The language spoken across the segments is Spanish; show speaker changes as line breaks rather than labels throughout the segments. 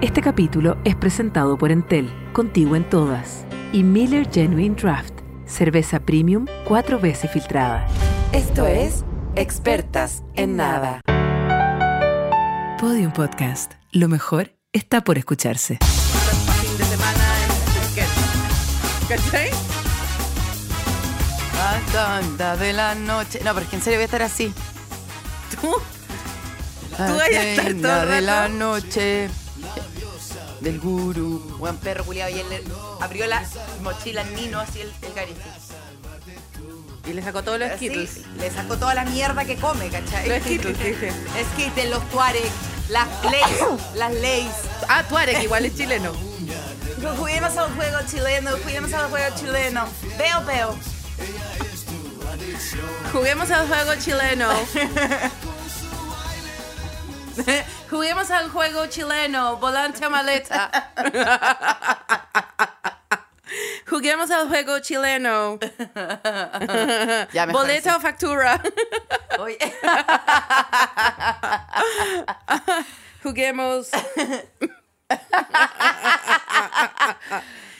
Este capítulo es presentado por Entel, contigo en todas, y Miller Genuine Draft, cerveza premium cuatro veces filtrada.
Esto es Expertas en Nada.
Podium Podcast. Lo mejor está por escucharse.
fin de semana en Phuket. ¿Cachai? Hasta onda de la noche. No, pero es que en serio voy a estar así.
¿Tú?
Tú
vas a estar todo el
de
rato.
la noche. Del gurú.
Buen perro culiado. Y él le- abrió la mochila al Nino, así el, el garete.
Y le sacó todos los
Así,
skittles.
le sacó toda la mierda que come, ¿cachai?
Los skittles, dije.
Skittles, los tuaregs, las Lays, las Lays.
Ah, Tuareg, igual es chileno.
Juguemos al juego chileno, juguemos al juego chileno. Veo, veo.
Juguemos al juego chileno. Juguemos al juego chileno, volante a maleta. Juguemos al juego chileno.
Ya mejor
Boleta o factura.
Oye,
Juguemos.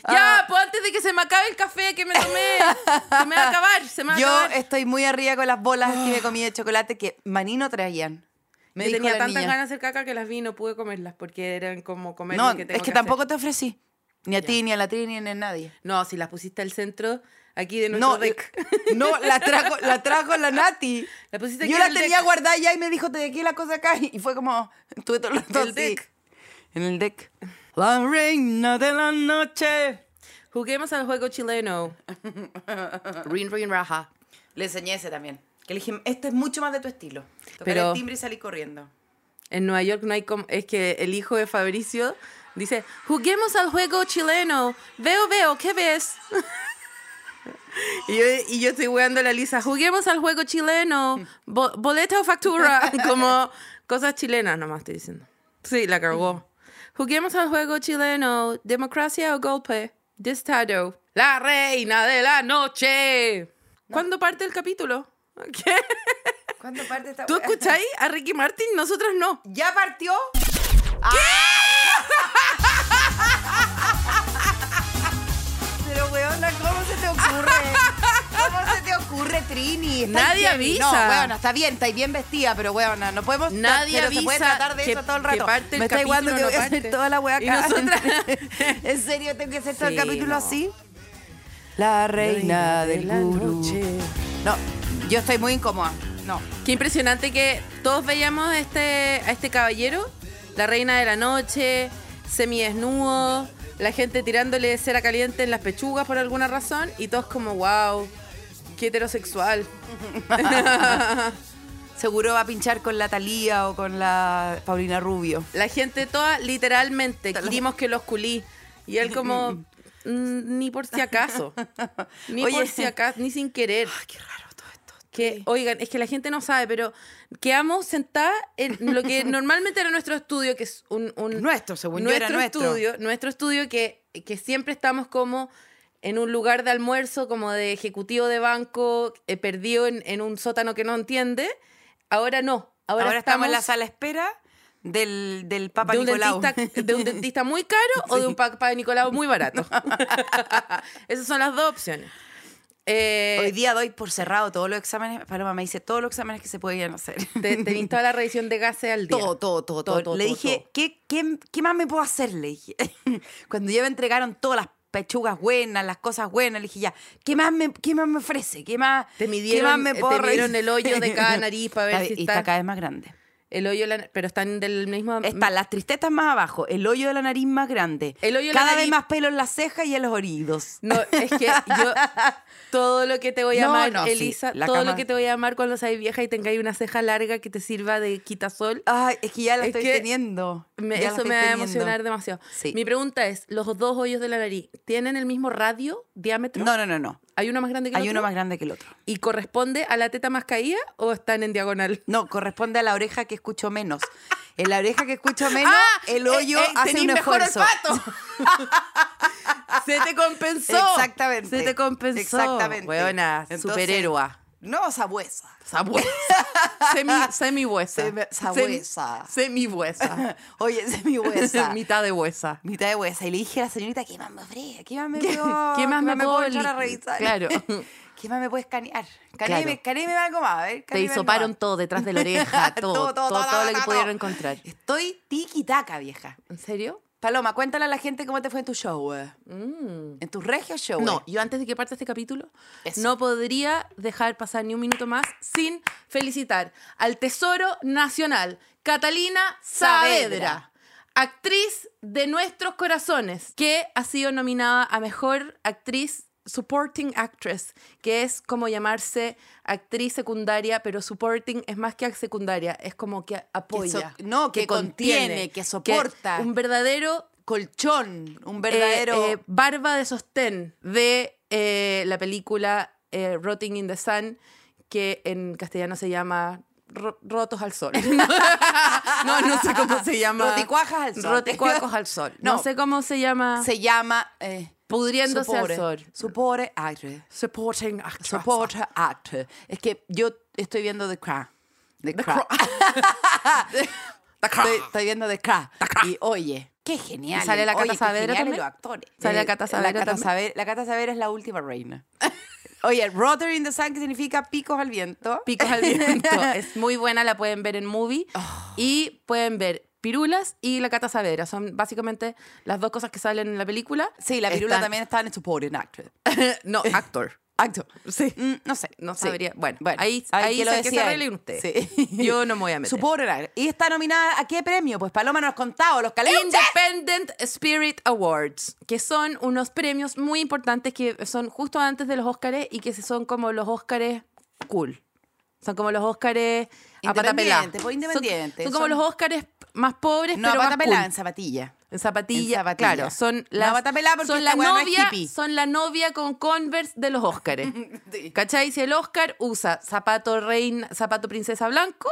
ya, pues antes de que se me acabe el café que me tomé. Se me va a acabar, se me va a
yo
acabar.
estoy muy arriba con las bolas que me comí de chocolate que maní no traían. Me
Yo
dijo
Ah. tenía
la
tantas
niña.
ganas de hacer caca que las vi y no pude comerlas porque eran como comer
No,
lo que tengo
es que
hacer.
tampoco te ofrecí. Ni a ti, ni a la Trini, ni a nadie.
No, si las pusiste al centro aquí de nuestro
No,
deck.
no, la trajo, la trajo la Nati.
La pusiste aquí
Yo
en
la
el
tenía
deck.
guardada ya y me dijo, te dejé la cosa acá. Y fue como, estuve todo el rato
El
así,
deck.
En el deck. La reina de la noche.
Juguemos al juego chileno. Rin, rin, raja.
Le enseñé ese también. Que le dije, este es mucho más de tu estilo. Tocar
Pero-
el timbre y salir corriendo.
En Nueva York no hay como... Es que el hijo de Fabricio dice, juguemos al juego chileno. Veo, veo, ¿qué ves? Y yo, y yo estoy weando a la Lisa, juguemos al juego chileno, Bo- boleta o factura, como cosas chilenas nomás estoy diciendo. Sí, la cargó. Juguemos al juego chileno, democracia o golpe, destado, la reina de la noche. ¿Cuándo parte el capítulo? ¿Qué?
¿Cuándo parte esta
¿Tú
wea?
escucháis a Ricky Martin? Nosotros no.
¿Ya partió? ¡Ah! Pero, weona, ¿cómo se te ocurre? ¿Cómo se te ocurre, Trini? Está
Nadie
bien.
avisa.
No, weona, está bien, está bien vestida, pero, weona, no podemos...
Nadie
pero se
avisa
puede tratar de
que-
eso todo el rato.
que parte el
Me está igualando que
capítulo,
voy
no
a hacer
parte.
toda la wea
Y
acá.
nosotras-
¿En serio tengo que hacer todo el
Sí,
capítulo
no.
así? La reina del
la
gurú.
noche.
No, yo estoy muy incómoda. No.
Qué impresionante que todos veíamos a este, a este caballero, la reina de la noche, semidesnudo, la gente tirándole cera caliente en las pechugas por alguna razón, y todos como, wow, qué heterosexual.
Seguro va a pinchar con la Talía o con la Paulina Rubio.
La gente toda literalmente, dimos que los culí. Y él como, "Mm, ni por si acaso, ni
Oye.
por si acaso, ni sin querer.
Qué raro todo esto.
Que, oigan, es que la gente no sabe, pero quedamos sentadas en lo que normalmente era nuestro estudio, que es un, un-
Nuestro, según yo,
nuestro
era nuestro.
estudio, nuestro estudio que, que siempre estamos como en un lugar de almuerzo, como de ejecutivo de banco, eh, perdido en, en un sótano que no entiende. Ahora no. Ahora,
Ahora, estamos, en la sala espera del, del Papa
de un,
Nicolau.
dentista, de un dentista muy caro o de un papá de Nicolau muy barato. Esas son las dos opciones. Eh,
Hoy día doy por cerrado todos los exámenes. Paloma me dice todos los exámenes que se podían hacer.
te, te vi toda la revisión de gases al día.
Todo, todo, todo,
Todo,
todo.
todo,
Le
todo,
dije,
todo.
¿qué, qué, qué más me puedo hacer? Le dije. Cuando ya me entregaron todas las pechugas buenas, las cosas buenas, le dije ya, ¿qué más me, qué más me ofrece? ¿Qué más, ¿qué
Te
más
midieron,
me
eh,
puedo
te midieron
revisar?"
el hoyo de cada nariz para ver
Está-
si
Y está
están-
cada vez más grande.
El hoyo, la- pero están del mismo.
Están las tristetas más abajo, el hoyo de la nariz más grande.
Mm. El hoyo de la
Cada
nariz-
vez más pelo en las cejas y en los oídos.
No, es que yo. Todo lo que te voy a
No,
amar,
no, sí,
Elisa,
la
todo
cama-
lo que te voy a amar cuando seas vieja y tengáis una ceja larga que te sirva de quitasol.
Ay, es que ya la
Es
estoy
que
teniendo.
me-
Oh, Ya la
eso
estoy
me va a
teniendo.
emocionar demasiado.
Sí.
Mi pregunta es: ¿los dos hoyos de la nariz tienen el mismo radio, diámetro?
No, no, no, no.
¿Hay uno más grande que el
Hay
otro?
uno más grande que el otro.
¿Y corresponde a la teta más caída o están en diagonal?
No, corresponde a la oreja que escucho menos. En la oreja que escucho menos, ¡Ah! el
eh,
hoyo
eh,
hace
tenís
un
mejor
esfuerzo.
olfato. Se te compensó.
Exactamente.
Se te compensó.
Exactamente.
Huevona,
Entonces,
superhéroa.
No, sabuesa.
Sabuesa. Semi, semihuesa.
Semi- sabuesa.
Semi, semihuesa.
Oye, ese es mi huesa.
Mitad de huesa.
mitad de huesa. Y le dije a la señorita, ¿qué más me ofrece? ¿Qué más me
¿Qué-
puedo,
qué más me
puedo
puedo
echar a
li-
revisar?
Claro.
¿Qué más me puede escanear?
Claro.
Escaneeme, escaneeme algo más. A ver,
Te
escaneeme algo
hisoparon
más.
todo, detrás de la oreja, todo, todo, todo, lo que
todo.
pudieron encontrar.
Estoy tiquitaca, vieja.
¿En serio?
Paloma, cuéntale a la gente cómo te fue en tu show. eh.
Mm.
En tu regio show.
No,
eh.
yo antes de que parte este capítulo,
Eso.
no podría dejar pasar ni un minuto más sin felicitar al Tesoro Nacional, Catalina Saavedra,
Saavedra.
actriz de nuestros corazones, que ha sido nominada a Mejor Actriz Supporting Actress, que es como llamarse actriz secundaria, pero supporting es más que secundaria, es como que apoya.
so- no, que contiene, que soporta.
un verdadero
Colchón, un verdadero.
eh, eh, barba de sostén de eh, la película eh, Rotting in the Sun, que en castellano se llama Ro- Rotos al Sol. no, no sé cómo se llama.
Roticuajas al sol.
Roticuacos al Sol. No,
No.
sé cómo se llama.
Se llama. eh,
Pudriéndose al
Supporter.
sol.
Supporter actress.
Supporting actress.
Supporter actress. Es que yo estoy viendo The Crown. The, Crown. Estoy, estoy viendo The Crown. Y oye, qué genial.
¿Y sale la
Oye,
Cata
qué
Saavedra
geniales
también?
los actores.
¿Sale la
Eh,
Cata
La
Saavedra
Cata
también?
Saavedra, la Cata Saavedra es la última reina. Oye, Rotter in the Sun, que significa picos al viento.
Picos al viento. es muy buena, la pueden ver en movie.
Oh.
Y pueden ver Pirulas y La Cata Saavedra. Son básicamente las dos cosas que salen en la película.
Sí, la pirula
Están-
también está en Supporting Actress.
no, actor.
Actor.
Sí.
Mm, no sé.
No
Sí.
sabría. Bueno,
Bueno,
ahí,
a ver
ahí
qué
lo
lo
que se
decía él.
arreglen ustedes.
Sí.
Yo no me voy a meter.
Supporter actress. ¿Y está nominada a qué premio? Pues Paloma nos ha contado, los calenches.
Independent Spirit Awards, que son unos premios muy importantes que son justo antes de los Óscares y que son como los Óscares cool. Son como los Óscares a pata pelá.
Independiente, pues,
Son-
independiente.
Son, como
Son-
los Óscares más pobres,
No,
pero
pata
más
pelada
cool.
en zapatilla.
En zapatilla,
En zapatilla.
claro. Son
No,
la,
bata pelada porque
son
esta
la
weá no es
novia,
hippie.
son la novia con Converse de los Óscares.
Sí.
¿Cachai? Si el Óscar usa zapato reina, zapato princesa blanco,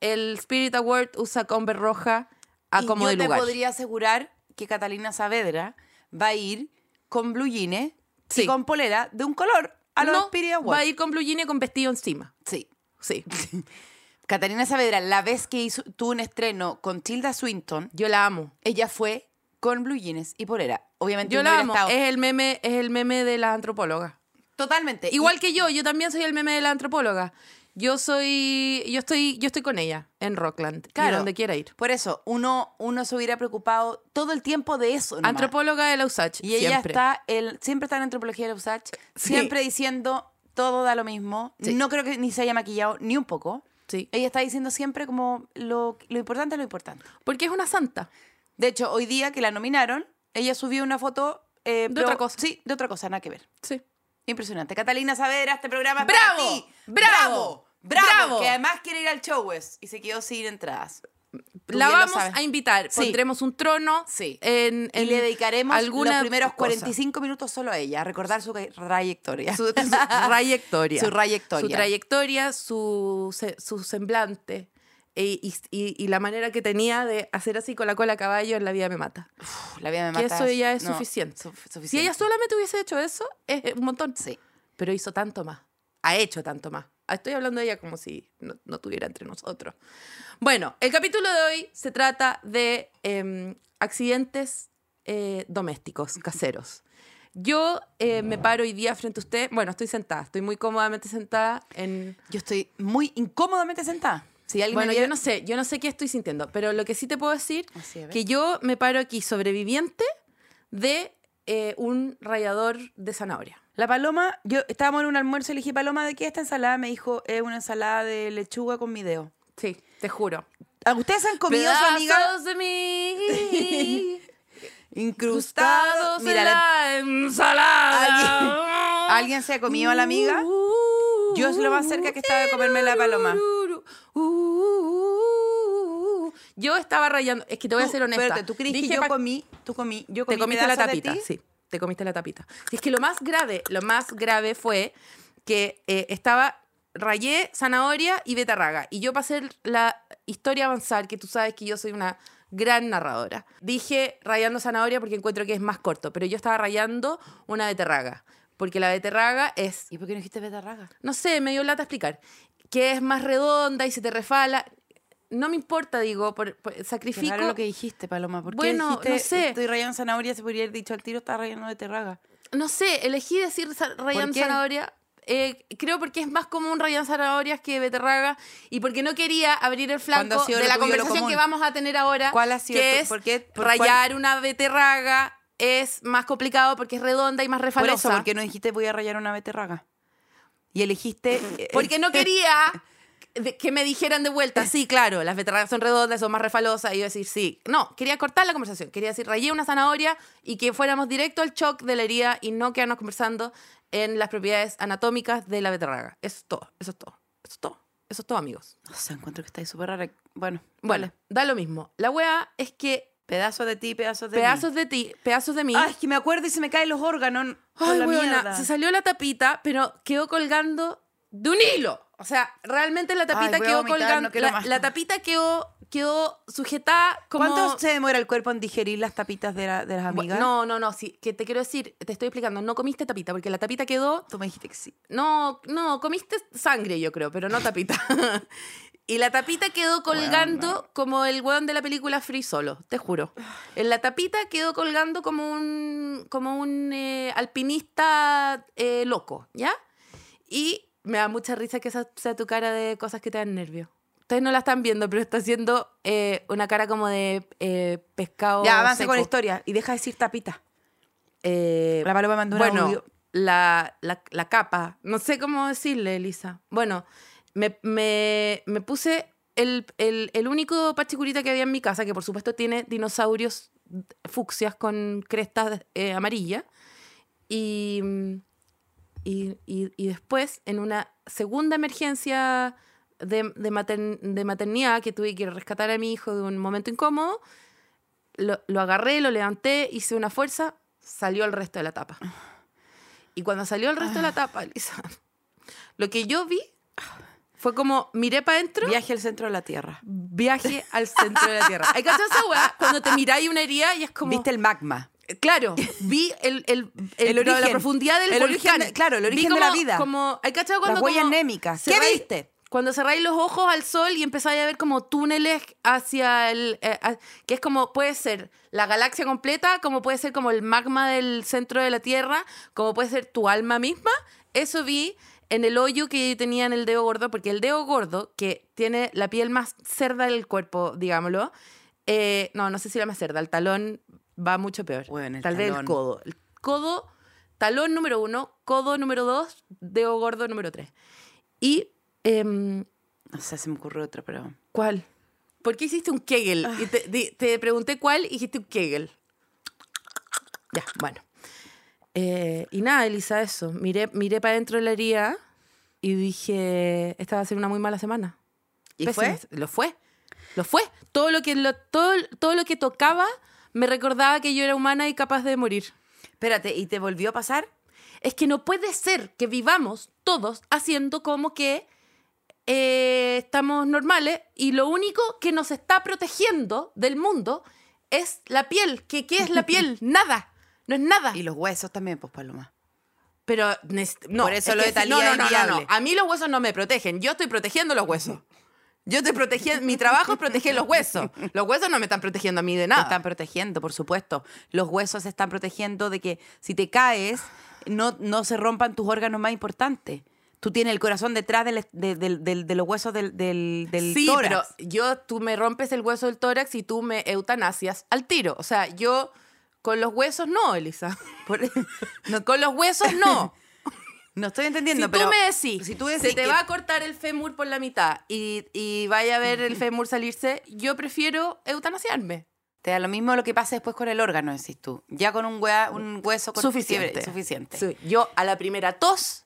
el Spirit Award usa Converse roja a
Y
como
yo
de
te
lugar.
podría asegurar que Catalina Saavedra va a ir con blue jeans
Sí.
y con polera de un color a los
No,
Spirit
va
Awards.
a ir con blue jean y con vestido encima.
Sí.
Sí.
Catalina Saavedra, la vez que hizo, tuvo un estreno con Tilda Swinton,
Yo la amo.
ella fue con blue jeans y polera. Obviamente
Yo
uno
la
hubiera
amo.
estado-
Es el meme, es el meme de la antropóloga.
totalmente.
Igual
Y-
que yo, yo también soy el meme de la antropóloga. Yo soy, yo estoy, yo estoy con ella en Rockland, claro,
Claro.
donde quiera ir.
por eso, uno, uno se hubiera preocupado todo el tiempo de eso. nomás.
Antropóloga de la USACH.
Y ella
siempre.
está, el, siempre está en antropología de la USACH, siempre diciendo todo da lo mismo.
Sí.
No creo que ni se haya maquillado ni un poco.
Sí.
Ella está diciendo siempre como lo, lo importante es lo importante.
Porque es una santa.
De hecho, hoy día que la nominaron, ella subió una foto. eh,
De otra cosa.
Sí, de otra cosa, nada que ver.
Sí.
Impresionante. Catalina Saavedra, este programa es
¡Bravo!
para ti.
¡Bravo!
¡Bravo!
¡Bravo!
Que además quiere ir al show, es, y se quedó sin entradas. Tú bien
la
lo
vamos
sabes.
a invitar.
Sí.
Pondremos un trono.
Sí.
En,
Y
en
le dedicaremos
alguna
los primeros
cosa.
45 minutos solo a ella, a recordar su ca- trayectoria.
Su, su trayectoria.
Su trayectoria.
Su trayectoria, su, se- su semblante. e- y, y- y la manera que tenía de hacer así con la cola a caballo en la vida me mata.
Uf, pues, la vida me
que
mata.
eso ya es
No,
suficiente.
su- suficiente.
Si ella solamente hubiese hecho eso, es eh, un montón.
Sí.
Pero hizo tanto más. Ha hecho tanto más. Ah, Estoy hablando de ella como si no, no tuviera entre nosotros. Bueno, el capítulo de hoy se trata de em, accidentes eh, domésticos, caseros. Yo eh, me paro hoy día frente a usted. Bueno, estoy sentada, estoy muy cómodamente sentada en.
Yo estoy muy incómodamente sentada. Si alguien
Bueno,
me
yo
viera-
no sé, yo no sé qué estoy sintiendo, pero lo que sí te puedo decir
Así, a ver.
que yo me paro aquí sobreviviente de eh, un rallador de zanahoria.
La paloma, yo estábamos en un almuerzo y le dije, Paloma, ¿de qué es esta ensalada? Me dijo, es una ensalada de lechuga con video.
Sí, te juro.
¿Ustedes han comido su amiga?
Pedazos de mí.
Incrustados.
Crustados
Mira,
en
la-
la ensalada.
¿Alguien se ha comido a la Uh, amiga? Yo es lo más cerca que estaba de comerme la paloma.
Uh, Yo estaba rayando. Es que te voy a
Tú-
ser honesta.
Espérate, ¿tú crees
Dije
que yo
pa-
comí? Tú comí, yo comí
Te comiste la
pedazos de
tapita.
ti?
Sí, te comiste la tapita. Y es que lo más grave, lo más grave fue que eh, estaba. Rayé zanahoria y betarraga. Y yo pasé la historia a avanzar, que tú sabes que yo soy una gran narradora. Dije rayando zanahoria porque encuentro que es más corto, pero yo estaba rayando una betarraga. Porque la beterraga es,
¿Y por qué no dijiste betarraga?
no sé, me dio lata explicar, que es más redonda y se te refala. No me importa, digo, por- por-
Qué
sacrifico.
raro lo que dijiste, Paloma. ¿Por qué
Bueno,
dijiste,
no sé.
Estoy rayando zanahoria, se podría haber dicho al tiro, está rayando de terraga.
No sé, elegí decir sa- rayán
qué?
zanahoria. Eh, creo porque es más común rayán zanahorias que beterraga y porque no quería abrir el
¿Cuándo
flanco
ha sido
de
lo
la
tuyo, lo
conversación
común?
que vamos a tener ahora.
¿Cuál ha sido
Ah, que
tu-
es
por qué- por cuál-
rayar una beterraga es más complicado porque es redonda y más
Por
refalosa.
eso, porque no dijiste voy a rayar una beterraga. Y elegiste. eh,
Porque no quería de- que me dijeran de vuelta, sí, claro, las beterragas son redondas, son más refalosas, y yo decir sí. No, quería cortar la conversación, quería decir, rayé una zanahoria y que fuéramos directo al shock de la herida y no quedarnos conversando en las propiedades anatómicas de la beterraga. Eso es todo, eso es todo, eso es todo, eso es todo, amigos.
No sé, encuentro que estáis súper rara. Bueno,
Bueno,
vale.
da lo mismo. La wea es que
Pedazos de ti, pedazos de mí.
pedazos de ti, pedazos de mí...
Ah, es que me acuerdo y se me caen los órganos. por
Ay,
la
weona,
mierda.
se salió la tapita, pero quedó colgando de un hilo. O sea, realmente la tapita
Ay, voy a
quedó
vomitar,
colgando.
no quiero
la,
más.
la tapita quedó, quedó sujetada como.
¿Cuánto se demora el cuerpo en digerir las tapitas de, la- de las
Bu-
amigas?
No, no, no. Sí, que te quiero decir, te estoy explicando. No comiste tapita, porque la tapita quedó.
Tú me dijiste que sí.
No, no, comiste sangre, yo creo, pero no tapita. y la tapita quedó colgando como el weón de la película Free Solo, te juro. En la tapita quedó colgando como un, como un eh, alpinista eh, loco, ¿ya? Y me da mucha risa que esa sea tu cara de cosas que te dan nervio. Ustedes no la están viendo, pero está haciendo eh, una cara como de eh, pescado.
ya, avanza
seco.
con la historia y deja de decir tapita.
Eh,
La paloma mandó un
bueno,
audio.
la, la, la capa. No sé cómo decirle, Elisa. Bueno, me, me, me puse el, el, el único pachicurita que había en mi casa, que por supuesto tiene dinosaurios fucsias con crestas eh, amarillas. Y, y, y- y después, en una segunda emergencia de, de, matern- de maternidad, que tuve que rescatar a mi hijo de un momento incómodo, lo, lo agarré, lo levanté, hice una fuerza, salió el resto de la tapa. Y cuando salió el resto
Ah.
de la tapa, Lisa, lo que yo vi fue como miré para adentro,
Viaje al centro de la tierra.
viaje al centro de la tierra. Hay que hacer esa weá cuando te miráis una herida y es como.
¿Viste el magma?
Claro, vi el, el, el-
El
pero la
origen.
profundidad del
El
volcán.
origen de- claro, el
Vi
origen de la
como-
vida.
Como, ¿hay cachado cuando
Las huellas
como
anémicas. ¿Qué
cerráis-
viste?
Cuando cerráis los ojos al sol y empezáis a ver como túneles hacia el... eh, a- que es como, puede ser la galaxia completa, como puede ser como el magma del centro de la Tierra, como puede ser tu alma misma. Eso vi en el hoyo que tenía en el dedo gordo, porque el dedo gordo, que tiene la piel más cerda del cuerpo, digámoslo, eh, no, no sé si la más cerda, el talón va mucho peor.
Bueno, el
Tal vez el
talón.
codo. El codo, talón número uno, codo número dos, dedo gordo número tres. Y, em,
No sé, se me ocurrió otra, pero.
¿cuál? ¿Por qué hiciste un kegel?
Ah.
Y te, di- te pregunté cuál y hiciste un kegel. Ya, bueno. Eh, y nada, Elisa, eso. Miré, miré para dentro de la herida y dije, esta va a ser una muy mala semana.
¿Y
Pésima
fue?
se- Lo fue. Lo fue. Todo lo que, lo- todo, todo lo que tocaba me recordaba que yo era humana y capaz de morir.
Espérate, ¿y te volvió a pasar?
Es que no puede ser que vivamos todos haciendo como que eh, estamos normales y lo único que nos está protegiendo del mundo es la piel. ¿Qué, qué es la piel? nada. No es nada.
Y los huesos también, pues, Paloma.
Pero neces- no,
Por eso
es
lo
que
de
si- no,
Thalía
no,
es
no, no, no.
viable.
A mí los huesos no me protegen. Yo estoy protegiendo los huesos. Yo estoy protegiendo. mi trabajo es proteger los huesos. Los huesos no me están protegiendo a mí de
Te
nada.
están protegiendo, por supuesto. Los huesos se están protegiendo de que si te caes, no, no se rompan tus órganos más importantes. Tú tienes el corazón detrás del, de, del- del- de los huesos del, del, del
sí,
tórax.
pero yo, tú me rompes el hueso del tórax y tú me eutanasias al tiro. O sea, yo con los huesos no, Elisa. Por- no, con los huesos no.
No estoy
Si
entendiendo,
tú
pero.
me decís,
si tú decís
se te
que-
va a cortar el fémur por la mitad y, y vaya a ver el fémur salirse, yo prefiero eutanasiarme.
Te da lo mismo lo que pasa después con el órgano, decís tú. Ya con un, huea- un hueso con
Suficiente.
suficiente.
Sí, Yo a la primera tos,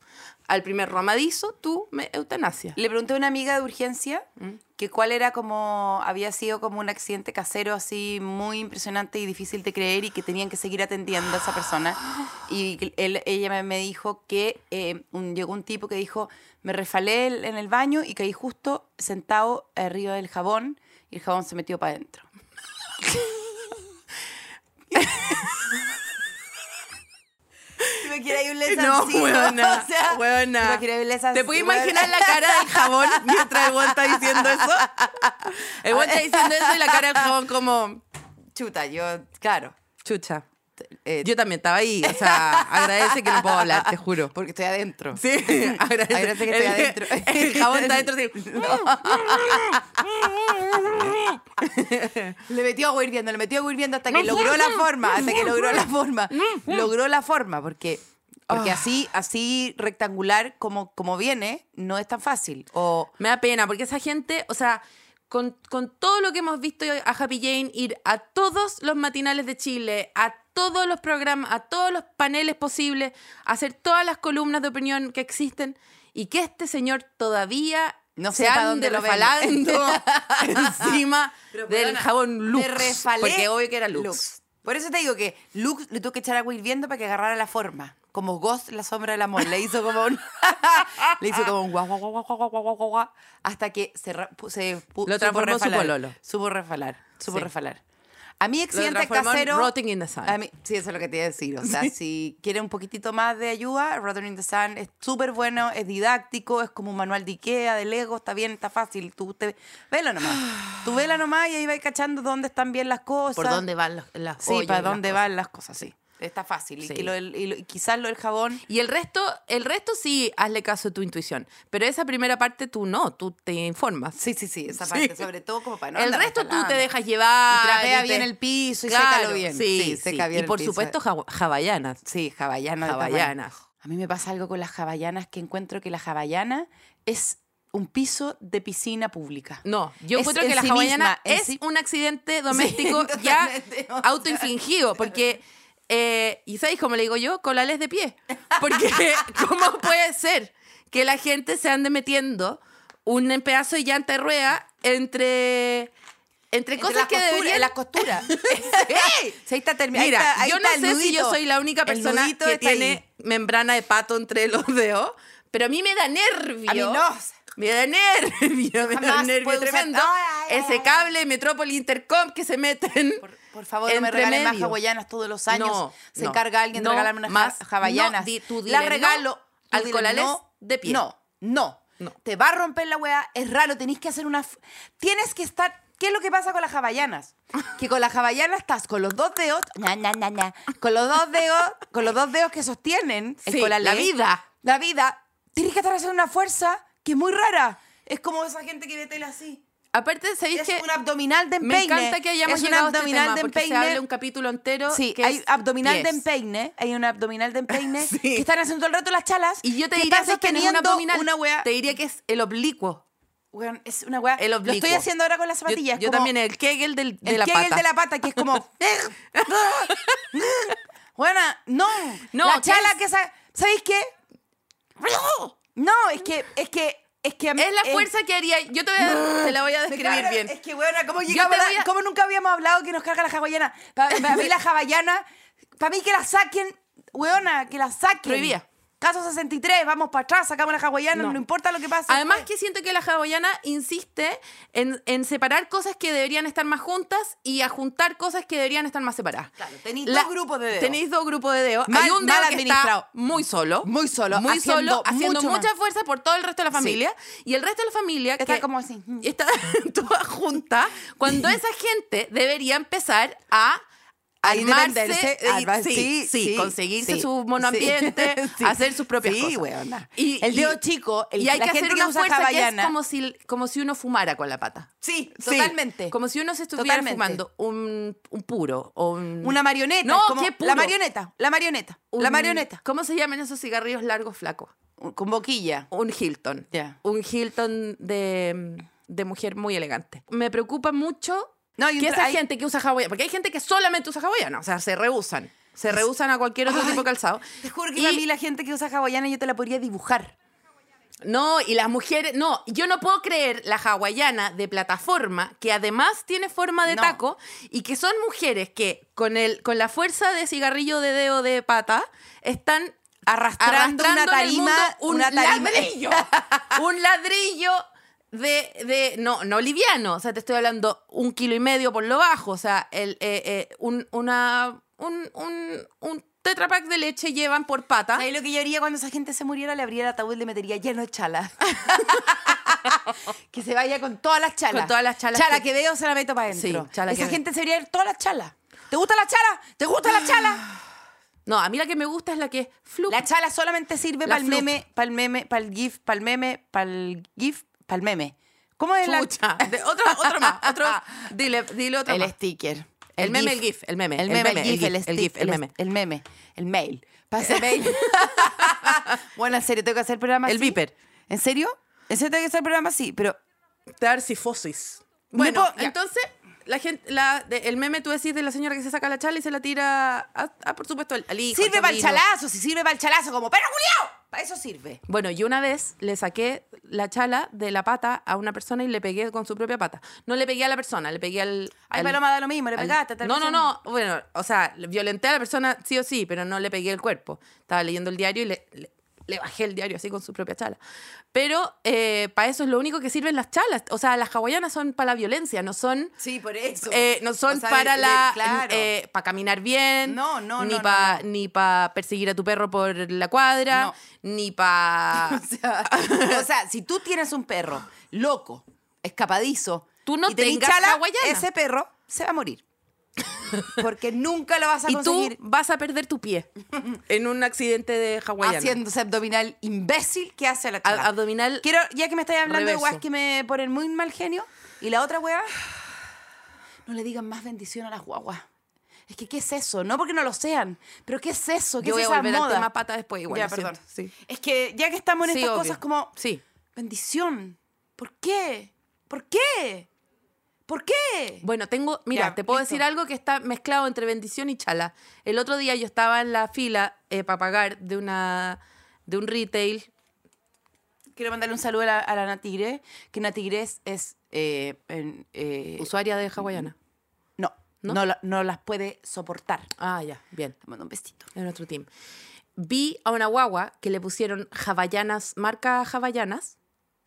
al primer romadizo, tú me eutanasias.
Le pregunté a una amiga de urgencia
Mm.
que cuál era como, había sido como un accidente casero así muy impresionante y difícil de creer y que tenían que seguir atendiendo a esa persona. Y él- ella me- me dijo que eh, un- llegó un tipo que dijo, me refalé el- en el baño y caí justo sentado arriba del jabón y el jabón se metió para adentro. imagináis un
No,
lesancito.
huevona,
o sea,
huevona.
¿Te imagináis un lesancito?
¿Te puedes imaginar la cara del jabón mientras el weón está diciendo eso? El weón está diciendo eso y la cara del jabón como...
Chuta, yo, claro.
Chucha.
eh,
Yo también estaba ahí. O sea, agradece que no puedo hablar, te juro.
Porque estoy adentro.
Sí, agradece.
Agradece que estoy
el,
adentro.
El jabón está adentro. así.
Le metió agua hirviendo, le metió agua hirviendo hasta que logró la forma, hasta que logró la forma. Logró la forma, porque,
Ah.
porque así, así rectangular como, como viene, no es tan fácil. O
Me da pena, porque esa gente, o sea, con, con todo lo que hemos visto a Happy Jane ir a todos los matinales de Chile, a todos los programas, a todos los paneles posibles, a hacer todas las columnas de opinión que existen, y que este señor todavía
No
se
sepa
ande
dónde lo
refalando encima
Pero,
del
weona,
jabón Lux.
me refalé
Porque obvio que era Lux.
Por eso te digo que Lux le tuvo que echar agua hirviendo para que agarrara la forma. Como Ghost, la sombra del amor. Le hizo como un. le hizo como un guau, guau, guau, guau, guau, guau, guau, guau, guau, Hasta que se. ra- pu- se pu-
Lo
supo
transformó en su
refalar.
pololo.
Supo refalar. Supo
Sí.
refalar. A mí, accidente
transformó en
casero.
Rotting in the Sun.
A mí- sí, eso es lo que te iba a decir. O sea, si quiere un poquitito más de ayuda, Rotting in the Sun es súper bueno, es didáctico, es como un manual de Ikea, de Lego, está bien, está fácil. Tú te, velo nomás. Tú vela nomás y ahí vais cachando dónde están bien las cosas.
Por dónde van los- las
Sí,
ollas
para
y las
dónde
cosas.
van las cosas, sí. Está fácil.
Sí.
Y, que lo del- y lo- y quizás lo del jabón.
Y el resto, el resto sí, hazle caso a tu intuición. Pero esa primera parte tú no, tú te informas.
Sí, sí, sí, esa
Sí.
parte, sobre todo como para no
el
andar
resto tú te
resbalando.
dejas
Y
llevar.
trapea
y
bien
te-
el piso y
Claro,
sécalo bien.
Sí, sí,
seca bien
Y
el
por
piso.
supuesto, jawa- hawaianas.
Sí, jaballana. de
Hawaianas.
tamaño. A mí me pasa algo con las jaballanas que encuentro que la jaballana es un piso de piscina pública.
No, yo
Es
encuentro
en
que la
sí
hawaiana
misma, en
es
sí-
un accidente doméstico ya
totalmente, o sea.
autoinfligido, porque, eh, y sabéis cómo le digo yo, colales de pie. Porque, ¿cómo puede ser que la gente se ande metiendo un pedazo de llanta de rueda entre, entre
Entre
cosas
las
que
costuras,
deberían...
en las costuras. Sí, ahí está termi- ahí
Mira,
está- ahí
yo
está
no
el
sé si yo
nudito.
soy la única
El
persona
nudito
que
está ahí.
tiene membrana de pato entre los dedos, pero a mí me da nervio.
A mí no.
Me da nervio, me da
Jamás
un nervio
puedo usar-
tremendo.
Ay, ay, ay,
Ese
ay.
cable Metrópoli Intercom que se meten.
Por, por favor, no me
Entre
regalen más
medio.
hawaianas todos los años.
No,
Se
no,
encarga alguien
no,
de regalarme unas
más,
ja- hawaianas.
no, di- tú
la
dile
regalo
no,
tú
al
dile
colales
no,
de pie.
No, no,
No.
Te va a romper la weá, es raro, tenés que hacer una. f- Tienes que estar. ¿Qué es lo que pasa con las hawaianas? Que con las hawaianas estás con los dos dedos, na, na, na, na, con los dos dedos, con los dos dedos que sostienen
Sí,
con ¿eh?
la vida.
La vida. Tienes que estar haciendo una fuerza que es muy rara. Es como esa gente que ve tele así.
Aparte, ¿sabéis
Es
que
un abdominal de empeine.
me encanta que hayamos
es un
llegado a este
abdominal
tema,
de
porque se
empeine.
habla un capítulo entero
Sí,
que
hay
es
abdominal de
pies.
empeine, hay un abdominal de empeine
Sí.
que están haciendo todo el rato las chalas.
Y yo te
que
diría
están
¿sabes que no es un
sosteniendo
abdominal,
una wea.
te diría que es el oblicuo.
Weón, es una wea.
El
Lo
oblicuo.
estoy haciendo ahora con las
Yo-
zapatillas.
Yo,
como
también, el kegel del, de
el
la
Kegel
pata.
de la pata, que es como. bueno, no.
No,
la
¿qué
chala
es?
que sa- ¿Sabéis qué? No, es que, es que, es que. a mí-
Es la fuerza que haría. Yo te, voy a- te la voy a
Me
describir
carga-
bien.
Es que, weona, ¿cómo,
Yo
llegamos
te
a-
voy a-
cómo nunca habíamos hablado que nos carga la hawaiana? Para mí la hawaiana, para mí que la saquen, weona, que la saquen.
Prohibida.
Caso 63, vamos para atrás, sacamos la hawaiana, no,
No.
importa lo que pase.
Además que siento que la hawaiana insiste en, en separar cosas que deberían estar más juntas y a juntar cosas que deberían estar más separadas.
Claro, tenéis
La-
dos grupos de dedos.
Tenéis dos grupos de dedos.
Mal-
Hay un dedo
mal
que
administrado.
está muy solo.
Muy solo,
Muy
haciendo
solo, haciendo
mucho
mucha
más.
fuerza por todo el resto de la familia. Y el resto de la familia
Está
que
como así. Mm.
Está toda junta. Cuando esa gente debería empezar a...
A
armarse,
independerse,
eh,
armar- ah,
sí,
sí,
sí,
sí,
conseguirse
sí,
su monoambiente,
sí, sí.
hacer sus propias
Sí,
cosas.
weona.
Y,
El
y-
dedo chico, el-
y hay
la
que
gente
hacer
que
una
usa
fuerza que es
hawaiana.
como si, como si uno fumara con la pata.
sí,
Sí.
totalmente.
Como si uno se estuviera
Totalmente.
fumando un, un puro o un...
una marioneta.
Mm. No,
como-
qué puro.
La marioneta, la marioneta, la
un-
marioneta.
¿Cómo se llaman esos cigarrillos largos flacos?
Con boquilla.
Un Hilton.
Ya.
Un Hilton de, de mujer muy elegante. Me preocupa mucho
No, y un
que
tra-
esa
hay-
gente que usa hawaiana, porque hay gente que solamente usa hawaiana, o sea, se rehusan. Se rehusan a cualquier otro tipo de calzado.
Te juro que
Y-
a mí la gente que usa hawaiana yo te la podría dibujar.
No, y las mujeres, no, yo no puedo creer la hawaiana de plataforma que además tiene forma de
No.
taco y que son mujeres que con el con la fuerza de cigarrillo de dedo de pata están
Arrastrando,
arrastrando
una
en el mundo
tarima,
un
una tarima.
ladrillo, un ladrillo de, de- no no liviano, o sea, te estoy hablando un kilo y medio por lo bajo, o sea, el eh, eh, un una un, un, un Tetra Pak de leche llevan por pata.
¿Sabes lo que yo haría cuando esa gente se muriera? Le abría el ataúd y le metería lleno de chalas. que se vaya con todas las chalas.
Con todas las chalas
Chala que,
que-
veo se la meto para adentro.
Sí, chala
esa
que-
gente se debería ir todas las chalas. ¿Te gusta la chala? ¿Te gusta la chala?
No, a mí la que me gusta es la que es flup.
La chala solamente sirve
La
para el
flup.
meme, para el meme, para el gif, para el meme, para el gif, para el meme. ¿Cómo es la
Chucha. De- otro, otro más. Otro, dile, dile otro
El
más.
sticker.
El meme, el gif, el meme,
El meme, el gif, el, stick,
gif, el
el
meme.
meme. El meme, el mail. Pase mail. bueno, en serio, tengo que hacer programas
El
así?
viper.
¿En serio? ¿En serio tengo que hacer programas así? Pero
Tarsifosis.
Me
Bueno,
puedo- ya.
entonces, la gente, la, de- el meme tú decís de la señora que se saca la chala y se la tira, a, a, por supuesto, al, al hijo. al
sirve para el
sobrino.
chalazo, si sirve para el chalazo, como perro Juliao. Para eso sirve.
Bueno, yo una vez le saqué la chala de la pata a una persona y le pegué con su propia pata. No le pegué a la persona, le pegué al...
Ay,
al-
Paloma, da lo mismo, le
al-
pegaste. tal
No, no,
persona.
no. Bueno, o sea, violenté a la persona sí o sí, pero no le pegué el cuerpo. Estaba leyendo el diario y le, le- le bajé el diario así con su propia chala. Pero para eso es lo único que sirven las chalas. O sea, las hawaianas son para la violencia, no son...
Sí, por eso.
eh, no son
O sea,
para
de-
la eh,
de- claro.
para caminar bien
No, no,
ni
no, no,
para
no.
ni para perseguir a tu perro por la cuadra
No.
ni para
O sea, o sea, si tú tienes un perro loco, escapadizo,
Tú no
y tenés
tengas hawaiana.
ese perro se va a morir. Porque nunca lo vas a
y tú
conseguir
vas a perder tu pie en un accidente de hawaiana.
haciéndose abdominal imbécil que hace la
A-
chala.
abdominal.
Quiero, ya que me estáis hablando de
Reverso.
weas que me ponen muy mal genio, y la otra wea, no le digan más bendición a las guaguas. Es que, ¿qué es eso? No porque no lo sean, pero ¿qué es eso? ¿Qué
Yo
es
voy a
esa
volver al
moda?
tema pata después igual,
Ya,
lo
perdón.
siento, sí.
Es que ya que estamos en
Sí,
estas
obvio.
cosas como,
Sí.
bendición, ¿por qué? ¿Por qué? ¿Por qué?
Bueno, tengo, mira,
Ya,
te puedo
listo.
decir algo que está mezclado entre bendición y chala. El otro día yo estaba en la fila para pagar de una de un retail
Quiero mandarle un saludo a la, a la Natigre, que Natigre es... es, eh, en- eh,
usuaria de hawaiana.
no,
¿No?
no, la- no las puede soportar.
Ah, ya, bien.
Te mando un besito.
en nuestro team. Vi a una guagua que le pusieron hawaianas, marca hawaianas,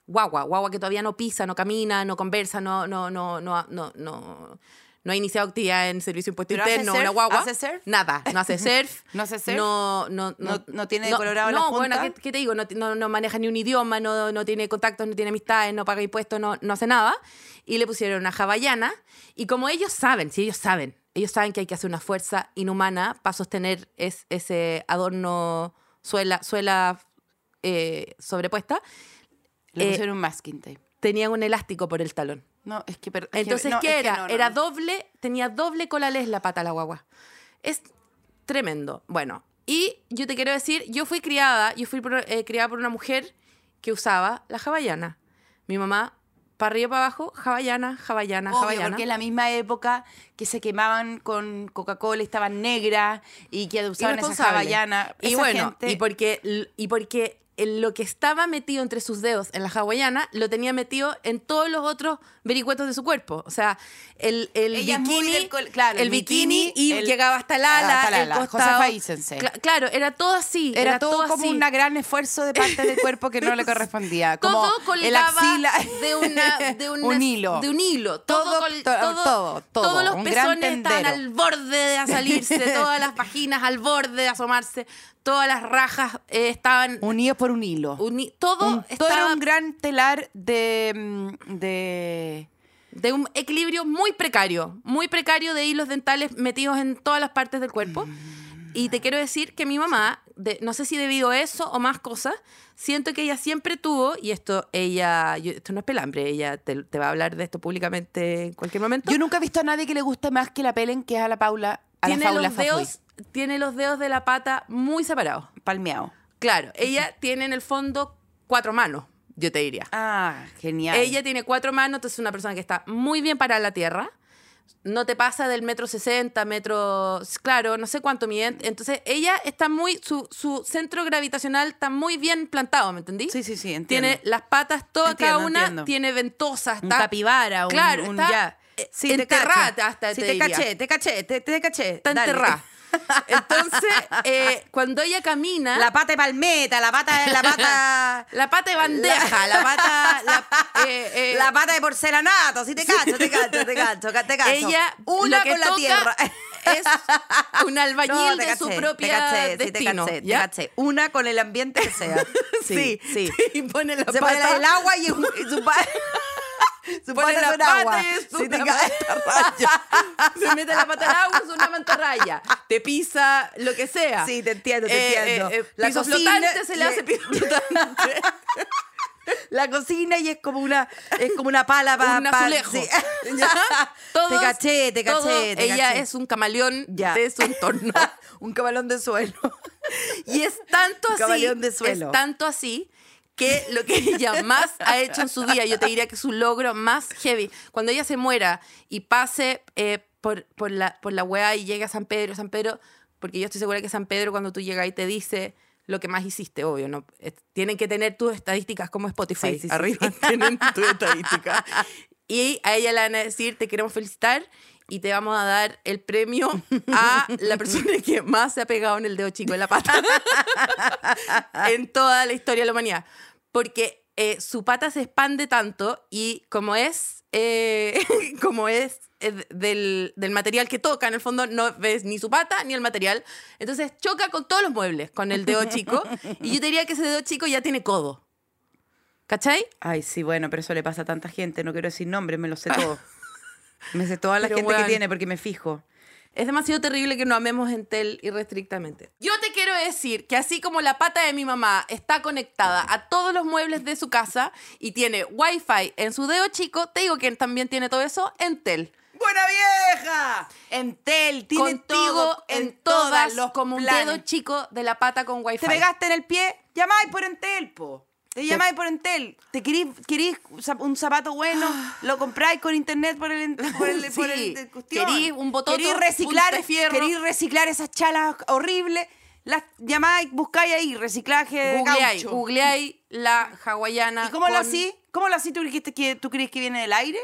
guagua, guagua que todavía no pisa, no camina, no conversa, no, no, no, no, no, no, no ha iniciado actividad en servicio de impuesto
¿Pero hace
interno,
surf?
una guagua.
¿Hace surf?
Nada, no hace surf.
¿No hace surf?
No, no, no,
¿No- no tiene decolorado
no,
la
bueno,
punta?
¿qué, qué te digo? No, no, no maneja ni un idioma, no, no tiene contactos, no tiene amistades, no paga impuestos, no, no hace nada. Y le pusieron una hawaiana. Y como ellos saben, sí, ellos saben, ellos saben que hay que hacer una fuerza inhumana para sostener es- ese adorno suela, suela eh, sobrepuesta,
Le
Eh,
pusieron un masking tape.
tenían un elástico por el talón.
No, es que... per- es que-
Entonces,
no,
¿qué
es que
era?
no, no,
era
no.
doble, tenía doble colales la pata la guagua. Es tremendo. Bueno, y yo te quiero decir, yo fui criada, yo fui por- eh, criada por una mujer que usaba la hawaiana. Mi mamá, para arriba y para abajo, hawaiana, hawaiana,
Obvio,
hawaiana.
porque es la misma época que se quemaban con Coca-Cola y estaban negras y que usaban esa
Irresponsable.
hawaiana.
Y
Esa
bueno,
gente-
y porque, l- y porque el- lo que estaba metido entre sus dedos en la hawaiana lo tenía metido en todos los otros vericuetos de su cuerpo. O sea, el, el
Ella es muy
bikini,
del col- claro,
el
el
bikini,
bikini,
y
el-
llegaba hasta el ala,
hasta el
el
ala,
costado.
Josefa Eisense.
Cla- claro, era todo así.
Era, todo, como
así.
un gran esfuerzo de parte del cuerpo que no le correspondía. Como
todo
el
colgaba
axila.
de, una, de una-
un hilo.
de un hilo. Todo,
Todo,
col-
to-
todo-
todo, todo.
Todos los
Un gran
pezones estaban
tendero.
al borde de a salirse, todas las vaginas al borde de asomarse, todas las rajas eh, estaban.
Unidos por un hilo.
uni- todo
Un- todo
estaba
era un gran telar de... mm, de
de un equilibrio muy precario, muy precario de hilos dentales metidos en todas las partes del cuerpo. Y te quiero decir que mi mamá, de- no sé si debido a eso o más cosas, siento que ella siempre tuvo, y esto ella, yo- esto no es pelambre, ella te, te va a hablar de esto públicamente en cualquier momento.
Yo nunca he visto a nadie que le guste más que la pelen, que es a la Paula. A
tiene
la Paula
los dedos, tiene los dedos de la pata muy separados.
Palmeado.
Claro, ella tiene en el fondo cuatro manos, yo te diría.
Ah, genial.
Ella tiene cuatro manos, entonces es una persona que está muy bien para la tierra. No te pasa del metro sesenta, metro, claro, no sé cuánto mide. Entonces ella está muy, su, su centro gravitacional está muy bien plantado, ¿me entendí?
Sí, sí, sí, entiendo.
Tiene las patas todas
Entiendo,
cada una,
entiendo.
tiene ventosas,
un
está-
capibara, un,
claro,
un
está
ya.
eh,
Sí, te cacho.
enterrada hasta
Sí,
te
te,
diría.
caché, te caché, te, te caché.
está
Dale.
enterrada. Entonces, eh, cuando ella camina,
La pata de palmeta, la pata de la pata.
la pata de bandeja, la, pata, la, eh, eh,
La pata de porcelanato, sí te cacho, te cacho, te cacho, ca- te cacho.
Ella
una
lo que
con la
toca-
tierra.
es un albañil
No, te
de su
caché,
propia
te caché, sí, te
destino.
caché, te
¿ya?
caché. Una con el ambiente que sea. Sí, sí.
Y pone la
Se
pata.
pone el agua y, y su pata. Su
Pone
pata
la
con
pata
agua.
y es
Sí, te
una
caché.
Se mete la pata al agua, es una mantarraya. Te pisa lo que sea.
Sí, te entiendo, te entiendo. La
la piso
cocina
flotante se le
le-
hace piso flotante.
la cocina y es como una es como una pala para
un azulejo. ¿Ya?
te
Todos-
caché, te caché,
todo-
te
Ella
caché.
es un camaleón
Ya.
de su entorno.
un cabalón de suelo.
Y es tanto
Un
así,
camaleón de suelo.
es tanto así que lo que ella más ha hecho en su vida, yo te diría que su logro más heavy, cuando ella se muera y pase eh, por, por, la, por la weá y llegue a San Pedro, San Pedro, porque yo estoy segura que San Pedro cuando tú llegas y te dice lo que más hiciste, obvio, no Es- tienen que tener tus estadísticas como
Sí,
Spotify,
sí, sí,
arriba tienen tus estadísticas. Y a ella le van a decir, te queremos felicitar y te vamos a dar el premio a la persona que más se ha pegado en el dedo chico de la pata en toda la historia de la humanidad. Porque eh, su pata se expande tanto y como es, eh, como es eh, del, del material que toca, en el fondo no ves ni su pata ni el material. Entonces choca con todos los muebles, con el dedo chico. Y yo te diría que ese dedo chico ya tiene codo. ¿Cachai?
Ay, sí, bueno, pero eso le pasa a tanta gente, no quiero decir nombres, me lo sé todo. Me sé toda la
Pero,
gente que
weón.
tiene porque me fijo.
Es demasiado terrible que no amemos Entel irrestrictamente. Yo te quiero decir que así como la pata de mi mamá está conectada a todos los muebles de su casa y tiene wifi en su dedo chico, te digo que también tiene todo eso Entel.
¡Buena vieja! Entel, tiene
Contigo
todo,
en
todas
todas,
los
como un
planes.
dedo chico de la pata con wifi.
Te pegaste en el pie, llamáis por Entel, po. Te llamáis por Entel. Te querís, querís zap- un zapato bueno, lo compráis con internet por el por el, por el-
Ah. Sí.
cuestión.
Querís un bototo,
Querís reciclar,
punta de fierro.
querís reciclar esas chalas horribles. Las llamáis, buscáis ahí reciclaje de
Googleáis,
gaucho.
googleáis la hawaiana.
¿Y cómo lo
Ah, con-
así? ¿Cómo lo así tú dijiste que tú crees que viene del aire?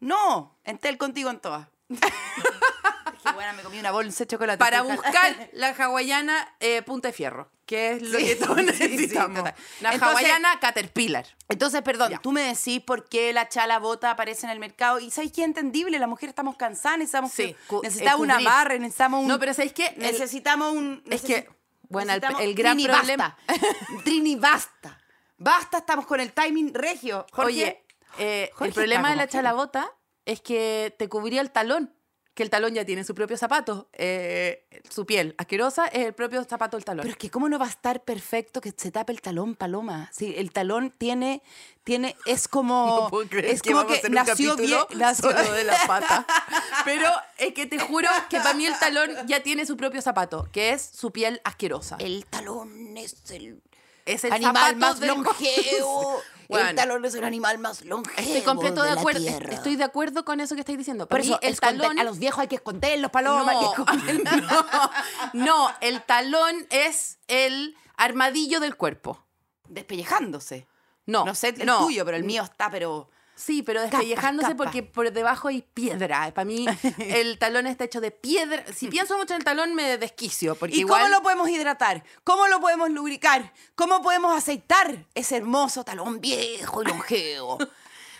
No, Entel contigo en todas. Qué buena, me comí una bolsa de chocolate.
Para
Estoy cal-
buscar la hawaiana eh, punta de fierro, que es lo
Sí,
que todos
sí, sí,
necesitamos.
total.
la
Entonces-
hawaiana caterpillar.
Entonces, perdón,
Ya.
tú me decís por qué la chala bota aparece en el mercado. Y sabes que es entendible, las mujeres estamos cansadas, necesitamos,
Sí,
que-
cu-
necesitamos un
cubrir.
amarre, necesitamos un.
No, pero ¿sabéis qué? El-
Necesitamos un.
Es
necesi-
que, bueno, el-
necesitamos-
el gran
Trini,
problema-
Basta. Trini, basta. Basta, estamos con el timing regio. Jorge,
Oye, eh,
Jorge
el problema
está
de la
como
chalabota es que te cubría el talón, que el talón ya tiene su propio zapato. eh, su piel asquerosa es el propio zapato del talón.
Pero es que cómo no va a estar perfecto que se tape el talón, Paloma. Si el talón tiene, tiene, es como,
No puedo creer
es como
vamos a
que
hacer un
nació bien,
capítulo
nació-
solo de la pata. Pero es que te juro que para mí el talón ya tiene su propio zapato, que es su piel asquerosa.
El talón es el,
es el
animal
zapato
más
del-
longevo.
Bueno.
el talón es el animal más longevo.
Estoy completo de,
la
acuerdo.
tierra.
Estoy de acuerdo con eso que estáis diciendo.
Por
Para mí
eso,
el talón
a los viejos hay que esconderlos, Paloma. hay que esconderlos.
no, no, el talón es el armadillo del cuerpo.
Despellejándose.
No,
No sé el
no.
tuyo, pero el mío está, pero.
Sí, pero
Capa,
despellejándose
capa.
porque por debajo hay piedra. Para mí el talón está hecho de piedra. Si pienso mucho en el talón me desquicio. Porque
¿Y
igual,
cómo lo podemos hidratar? ¿Cómo lo podemos lubricar? ¿Cómo podemos aceitar ese hermoso talón viejo y longevo?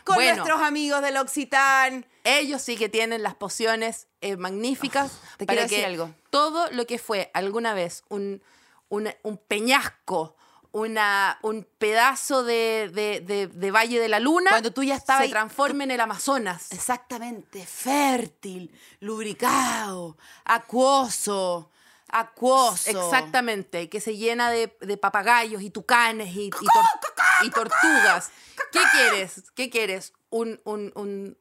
Con
Bueno.
nuestros amigos del Occitán.
ellos sí que tienen las pociones eh, magníficas
Ah, te
para
quiero
que
decir algo.
todo lo que fue alguna vez un, un, un peñasco, una, un pedazo de, de- de- de Valle de la Luna,
Cuando tú ya estabas
se
ahí-
transforme en el Amazonas.
Exactamente, fértil, lubricado, acuoso, acuoso.
Exactamente, que se llena de, de papagayos y tucanes y, y tor- y tortugas. ¿Qué quieres? ¿Qué quieres? ¿Un, un, un-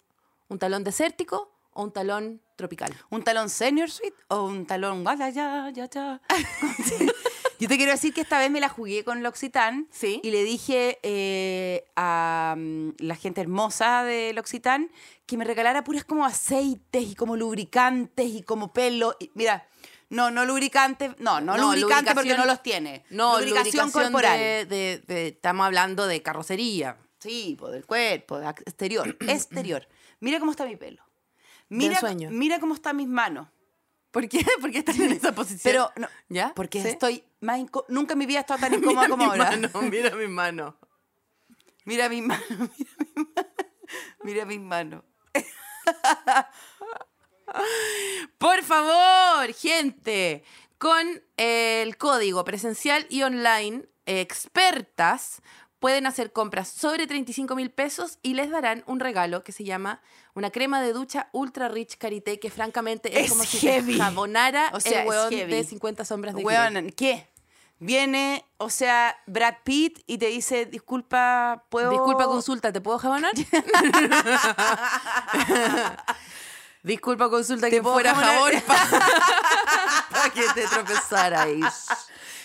un talón desértico o un talón tropical?
¿Un talón senior suite o un talón gala, ya, ya, ya? Yo te quiero decir que esta vez me la jugué con L'Occitane
Sí.
y le dije eh, a mm, la gente hermosa de L'Occitane que me regalara puras como aceites y como lubricantes y como pelo. Y mira, no, no lubricantes, no, no,
No,
lubricantes porque
lubricación-
no los tiene.
No,
lubricación, corporal.
de- de- de- estamos hablando de carrocería.
Sí, po, del cuerpo, de ac- exterior, exterior. Mira cómo está mi pelo. Mira,
sueño.
mira cómo están mis manos.
¿Por qué? Porque estás en esa posición.
Pero no,
¿Ya?
Porque
¿Sí?
estoy más inco- nunca en mi vida he estado tan incómoda
Mira
como
mi
ahora.
mano, mira mi mano.
Mira mis manos, mira mis manos. Mira mis manos.
Por favor, gente, con el código presencial y online eh, expertas pueden hacer compras sobre 35 mil pesos y les darán un regalo que se llama una crema de ducha Ultra Rich Carité, que francamente es,
Es
como si
heavy.
te jabonara
O sea,
el
es
hueón
heavy.
de 50 sombras de Grey.
Weón, ¿qué? Viene, o sea, Brad Pitt y te dice, disculpa, puedo...
Disculpa, consulta, ¿te puedo jabonar? Disculpa, consulta, que
puedo
fuera
jabonar?
jabón para que te tropezarais.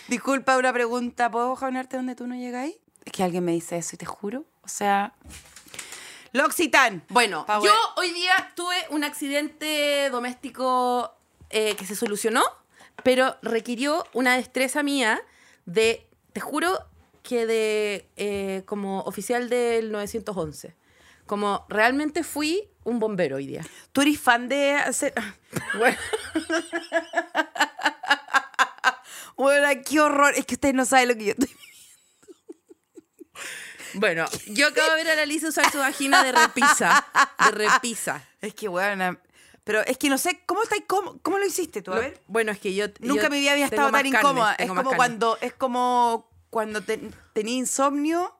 Disculpa, una pregunta, ¿puedo jaunarte donde tú no llegáis? Es que alguien me dice eso y te juro, o sea... L'Occitane.
Bueno,
Pa'
yo
we-
hoy día tuve un accidente doméstico eh, que se solucionó, pero requirió una destreza mía de, te juro, que de eh, como oficial del 911. Como realmente fui un bombero hoy día.
¿Tú eres fan de hacer...?
Bueno,
Bueno, qué horror, es que ustedes no saben lo que yo estoy...
bueno, yo acabo de ver a la Lisa usar su vagina de repisa. De repisa.
Es que, weón, pero es que no sé, ¿cómo estáis? ¿Cómo, cómo lo hiciste tú? A
Lo-
ver.
Bueno, es que yo.
Nunca
yo
en mi vida había
tengo
estado
más
tan
carnes,
incómoda. Es
tengo más
como,
carnes.
cuando, es como cuando te- tenía insomnio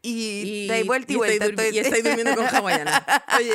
y, te dais vuelta y, vuelta.
Estoy, durmi-
entonces-
y estoy durmiendo con hawaiana. Oye,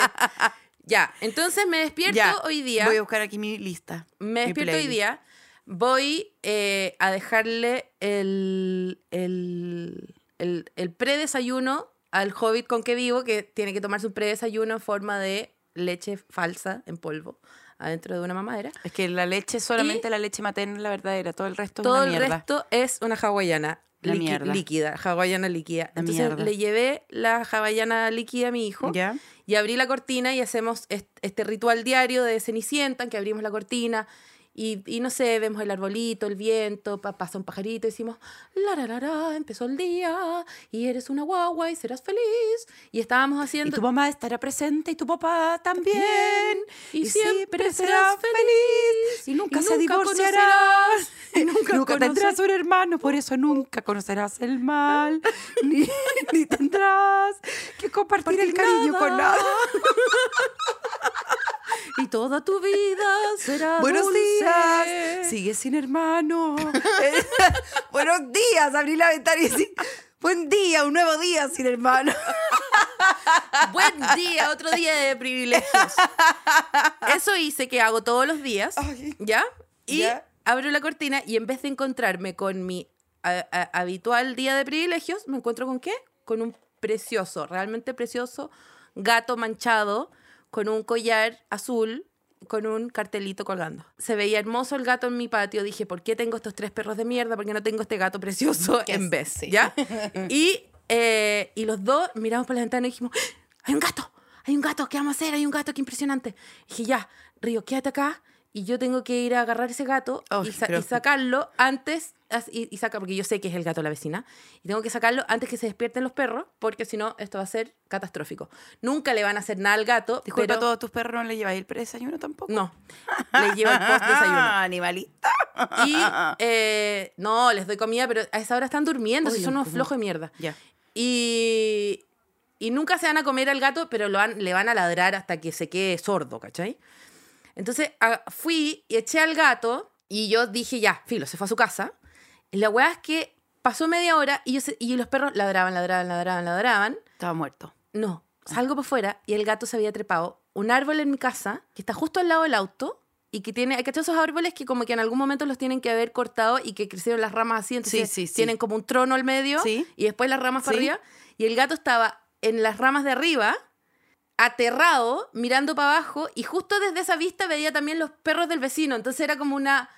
ya, entonces me despierto
Ya,
hoy día.
Voy a buscar aquí mi lista.
me
mi
despierto hoy
playlist.
día. Voy eh, a dejarle el, el, el, el predesayuno al hobbit con que vivo, que tiene que tomar su predesayuno en forma de leche falsa en polvo adentro de una mamadera.
Es que la leche, solamente la leche materna es la verdadera. Todo el resto es
Todo
una
el
mierda.
resto es una hawaiana
La
liqui-
mierda.
líquida, hawaiana líquida.
La
Entonces
mierda.
le llevé la hawaiana líquida a mi hijo.
¿Ya?
Y abrí la cortina y hacemos est- este ritual diario de Cenicienta, en que abrimos la cortina y, y no sé, vemos el arbolito, el viento, pa- pasa un pajarito, y decimos, la, la, la, la, empezó el día y eres una guagua y serás feliz. Y estábamos
Y
haciendo...
tu mamá estará presente y tu papá también.
Bien, y siempre serás
feliz. Y nunca se divorciarás.
conocerás, y nunca,
Nunca, tendrás
conocerás-
un hermano, por eso nunca conocerás el mal, ni, ni tendrás que compartir el cariño con
nada.
nada.
Y toda tu vida será
Buenos
dulce.
días, sigue sin hermano. Eh, Buenos días, abrí la ventana y decir, buen día, un nuevo día sin hermano.
Ah, Buen día, otro día de privilegios. Eso hice que hago todos los días,
Ay.
¿ya? Y
Ya.
abro la cortina y en vez de encontrarme con mi a- a- habitual día de privilegios, me encuentro con qué? Con un precioso, realmente precioso gato manchado con un collar azul con un cartelito colgando. Se veía hermoso el gato en mi patio. Dije, ¿por qué tengo estos tres perros de mierda? ¿Por qué no tengo este gato precioso
Que
en
es-
vez?
sí.
¿Ya? Y, eh, y los dos miramos por la ventana y dijimos, ¡Ah! hay un gato, hay un gato, ¿qué vamos a hacer? Hay un gato, qué impresionante. Y dije, ya, Río, quédate acá y yo tengo que ir a agarrar ese gato
Ay,
y, sa-
Oh, pero-
y sacarlo antes, as- y, y saca, porque yo sé que es el gato de la vecina, y tengo que sacarlo antes que se despierten los perros, porque si no, esto va a ser catastrófico. Nunca le van a hacer nada al gato,
Disculpa,
pero-
a todos tus perros no le lleváis el desayuno tampoco.
No, le llevo el post desayuno.
Ah, animalita.
Y eh, no, les doy comida, pero a esa hora están durmiendo, si
Uy,
son
no,
unos
pues no.
flojos de mierda.
Ya.
Y, y nunca se van a comer al gato, pero lo van- le van a ladrar hasta que se quede sordo, ¿cachai? Entonces a- fui y eché al gato y yo dije, ya, filo, se fue a su casa. Y la weá es que pasó media hora y, yo se- y los perros ladraban, ladraban, ladraban, ladraban.
Estaba muerto.
No,
Ah.
salgo para afuera y el gato se había trepado un árbol en mi casa que está justo al lado del auto y que tiene, hay que esos árboles que como que en algún momento los tienen que haber cortado y que crecieron las ramas así, entonces
Sí, sí, sí.
tienen como un trono al medio
Sí.
y después las ramas para
Sí.
arriba y el gato estaba en las ramas de arriba aterrado mirando para abajo y justo desde esa vista veía también los perros del vecino, entonces era como una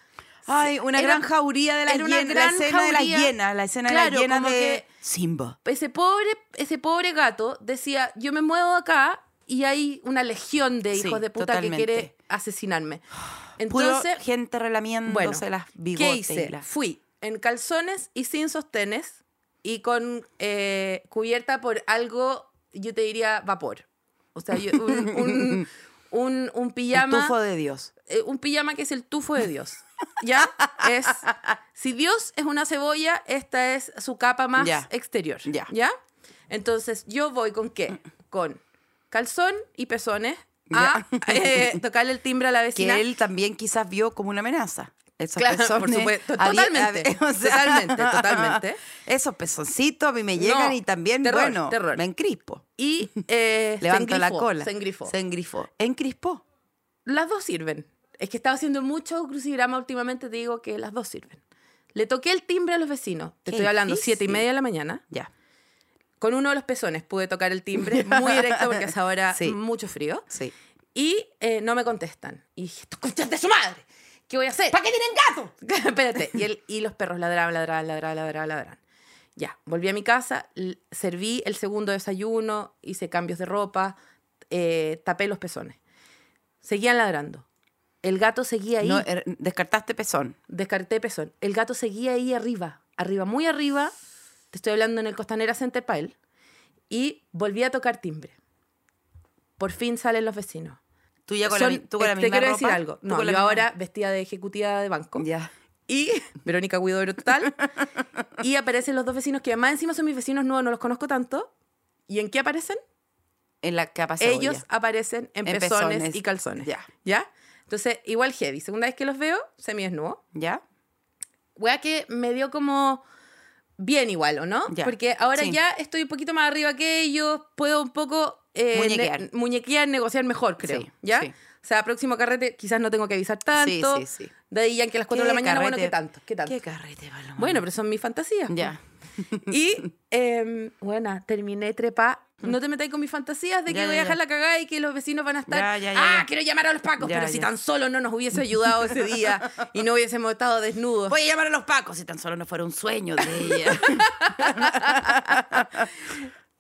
Ay, una
Era-
gran jauría de las
era una
hienas,
gran
la escena de
jauría.
las hienas, la escena de
Claro,
las hienas
como
de
que-
Simba.
ese pobre, ese pobre gato decía, yo me muevo de acá y hay una legión de
Sí,
hijos de puta
totalmente.
que quiere asesinarme.
Puro
Entonces,
gente relamiéndose
bueno,
las bigotes.
¿qué
y
hice?
las-
Fui en calzones y sin sostenes y con eh, cubierta por algo, yo te diría vapor. O sea, yo- un, un, un- un
El
pijama
tufo de Dios.
eh, un pijama que es el tufo de Dios. ¿Ya? Es, si Dios es una cebolla, esta es su capa más
Ya.
exterior.
Ya.
¿Ya? Entonces, yo voy con qué? Con calzón y pezones a eh, tocarle el timbre a la vecina.
que él también quizás vio como una amenaza. Esas
Claro,
personas,
por supuesto,
había-
totalmente,
había-
totalmente, totalmente.
Esos pezoncitos a mí me llegan
No,
y también,
terror,
bueno,
terror.
me encrispo.
Y eh, se
Levanto la
engrifó,
cola.
Se engrifó.
Se engrifó. Eh, Encrispó.
Las dos sirven. Es que estaba haciendo mucho crucigrama últimamente, te digo que las dos sirven. Le toqué el timbre a los vecinos. Te
Qué
estoy hablando, siete y
difícil.
media de la mañana.
Ya.
Con uno de los pezones pude tocar el timbre, muy directo porque hace ahora
Sí.
mucho frío.
Sí.
Y eh, no me contestan. Y dije, ¡estos conchas de su madre! ¿Qué voy a hacer? ¿Para qué tienen gato? Espérate. Y, el- y los perros ladraban, ladraban, ladraban, ladraban, ladraban. Ya, volví a mi casa, l- serví el segundo desayuno, hice cambios de ropa, eh, tapé los pezones. Seguían ladrando. El gato seguía ahí.
No, er- descartaste pezón.
Descarté pezón. El gato seguía ahí arriba, arriba, muy arriba. Te estoy hablando en el Costanera Center para él. Y volví a tocar timbre. Por fin salen los vecinos.
Tú ya con la,
Son-
mi- tú con la
eh,
misma
te quiero
ropa,
decir algo.
tú
No,
con la
yo
misma-
ahora vestida de ejecutiva de banco.
Ya.
Y Verónica Guidobro total. y aparecen los dos vecinos que además encima son mis vecinos nuevos, no los conozco tanto. ¿Y en qué aparecen?
En la capa
Ellos
cebolla.
aparecen en,
En
pezones,
pezones.
y calzones.
Ya.
¿Ya? Entonces, igual heavy. Segunda vez que los veo, semidesnudo.
¿Ya?
Wea que me dio como bien igual, ¿o no?
Ya,
Porque ahora
sí.
ya estoy un poquito más arriba que ellos, puedo un poco eh,
Muñequear.
ne- muñequear, negociar mejor, creo.
Sí,
¿Ya?
sí.
O sea, próximo carrete quizás no tengo que avisar tanto.
Sí, sí, sí.
De ahí ya en que a las 4 de la
Qué
mañana, bueno,
carrete.
¿qué tanto? ¿Qué tanto?
Qué carrete, Paloma.
Bueno, pero son mis fantasías.
Ya.
Y, eh, bueno, terminé trepa. No te metáis con mis fantasías de que
Ya,
voy
ya,
a dejar
ya.
la cagada y que los vecinos van a estar.
Ya, ya, ya,
ah,
ya.
quiero llamar a los pacos,
Ya,
pero si
ya.
tan solo no nos hubiese ayudado ese día y no hubiésemos estado desnudos.
Voy a llamar a los pacos si tan solo no fuera un sueño de ella.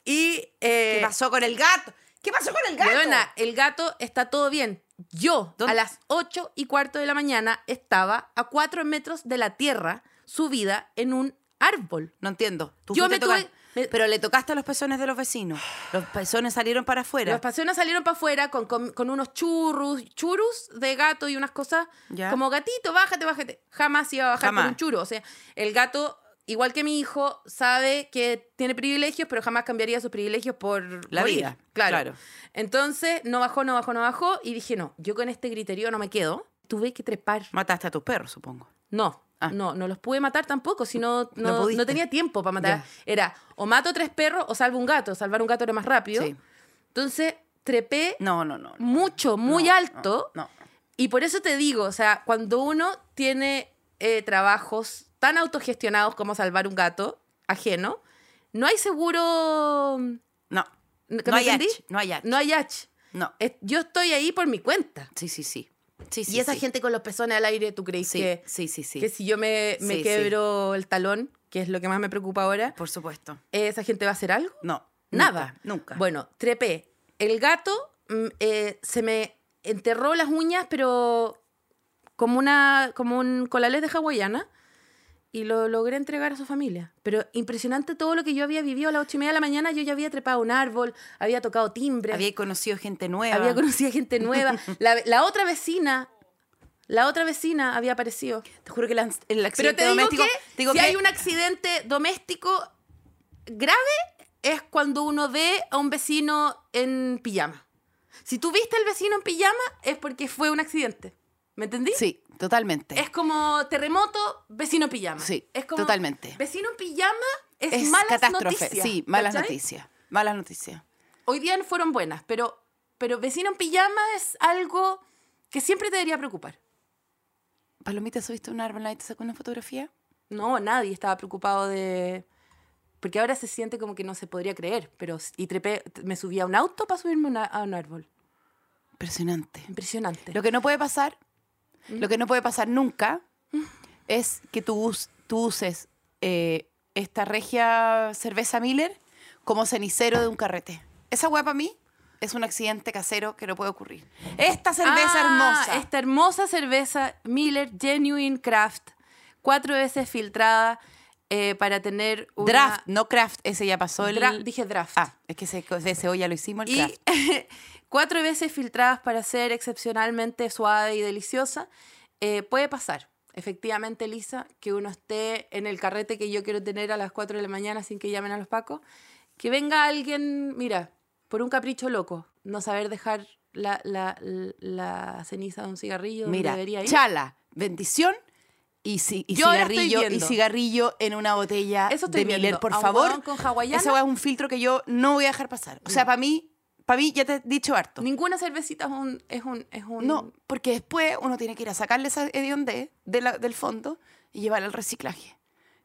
Y eh,
¿Qué pasó con el gato? ¿Qué pasó con el gato?
Weona, el gato está todo bien. Yo,
¿Dónde?
a las 8 y cuarto de la mañana, estaba a 4 metros de la tierra, subida en un árbol.
No entiendo. Tú
Yo
fuiste
me
a tocar-
tuve- me-
Pero le tocaste a los pezones de los vecinos. Los pezones salieron para afuera.
Los pasiones salieron para afuera con, con- con unos churros, churros de gato y unas cosas
Ya.
como gatito, bájate, bájate. Jamás iba a bajar
Jamás.
por un churro. O sea, el gato, igual que mi hijo, sabe que tiene privilegios, pero jamás cambiaría sus privilegios por
La
morir.
vida, claro.
Entonces, no bajó, no bajó, no bajó. Y dije, no, yo con este griterío no me quedo. Tuve que trepar.
Mataste a tus perros, supongo.
No,
Ah.
no, no los pude matar tampoco, si no,
No
no,
pudiste.
no tenía tiempo para matar.
Ya.
Era o mato tres perros o salvo un gato. Salvar un gato era más rápido.
Sí.
Entonces, trepé
No, no, no. no.
mucho, muy
No,
alto.
No.
Y por eso te digo, o sea, cuando uno tiene eh, trabajos tan autogestionados como salvar un gato ajeno, no hay seguro...
No. No, No
¿que me
hay
entendí?
H, no hay H.
No hay H.
No.
Es- Yo estoy ahí por mi cuenta.
Sí, sí, sí. Sí, sí,
y esa
sí.
gente con los pezones al aire, ¿tú crees
Sí,
que,
sí, sí, sí.
que si yo me, me
Sí, sí.
quebro el talón, que es lo que más me preocupa ahora,
Por supuesto.
esa gente va a hacer algo?
No.
Nada.
Nunca. nunca.
Bueno, trepé. El gato mm, eh, se me enterró las uñas, pero como una como un colalés de hawaiana. Y lo logré entregar a su familia. Pero impresionante todo lo que yo había vivido a las ocho y media de la mañana. Yo ya había trepado un árbol, había tocado timbre, había,
Había conocido gente nueva.
conocido a gente nueva. La, la otra vecina, la otra vecina había aparecido.
Te juro que la- el
Pero
accidente
te digo
doméstico.
que
te digo
si
que-
hay un accidente doméstico grave es cuando uno ve a un vecino en pijama. Si tú viste al vecino en pijama es porque fue un accidente. ¿Me entendí?
Sí, totalmente.
Es como terremoto, vecino en pijama.
Sí,
es como
totalmente.
Vecino en pijama es,
Es
malas
catástrofe.
noticias.
sí, malas
¿cachai?
noticias. Malas noticias.
Hoy día fueron buenas, pero, pero vecino en pijama es algo que siempre te debería preocupar.
Palomita, ¿subiste un árbol y te sacó una fotografía?
No, nadie estaba preocupado de... Porque ahora se siente como que no se podría creer, pero... s- Y trepé, t- me subí a un auto para subirme una- a un árbol.
Impresionante.
Impresionante.
Lo que no puede pasar, lo que no puede pasar nunca, es que tú, us- tú uses eh, esta regia cerveza Miller como cenicero de un carrete. Esa hueá para mí es un accidente casero que no puede ocurrir. Esta cerveza
Ah,
hermosa.
Esta hermosa cerveza Miller Genuine Craft, cuatro veces filtrada eh, para tener una...
Draft, no craft, ese ya pasó el...
Dra- dije draft.
Ah, es que ese, ese hoy ya lo hicimos el
y
craft.
cuatro veces filtradas para ser excepcionalmente suave y deliciosa, eh, puede pasar. Efectivamente, Lisa, que uno esté en el carrete que yo quiero tener a las 4 de la mañana sin que llamen a los pacos, que venga alguien, mira, por un capricho loco, no saber dejar la, la, la ceniza de un cigarrillo donde
Mira,
debería ir?
chala, bendición y, ci- y
Yo ahora estoy
cigarrillo y
viendo.
cigarrillo en una botella
Eso estoy
de Miller,
viendo.
por
A un
favor.
huevón con hawaiana.
Ese hueá es un filtro que yo no voy a dejar pasar. O sea,
Mm.
para mí, para mí ya te he dicho harto.
Ninguna cervecita es un... Es un, es un
No, porque después uno tiene que ir a sacarle esa hedionde de la- del fondo y llevarla al reciclaje.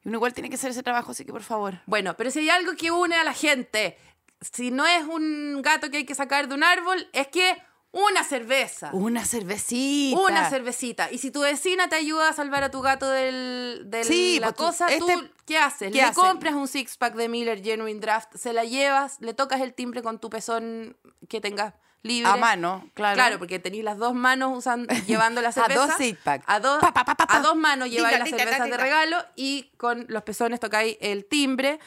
Y uno igual tiene que hacer ese trabajo, así que por favor.
Bueno, pero si hay algo que une a la gente, si no es un gato que hay que sacar de un árbol, es que una cerveza.
Una cervecita.
Una cervecita. Y si tu vecina te ayuda a salvar a tu gato del, de
Sí,
la
pues tú-
cosa, tú,
este-
¿qué haces?
¿qué
le
haces?
compras un six-pack de Miller Genuine Draft, se la llevas, le tocas el timbre con tu pezón que tengas libre.
A mano, claro.
Claro, porque tenéis las dos manos usando, llevando la
A
cerveza.
dos six-pack.
A, dos-
Pa, pa, pa, pa, pa.
a dos manos lleváis
Tinga,
las
tinga,
cervezas
tinga.
de regalo y con los pezones tocáis el timbre.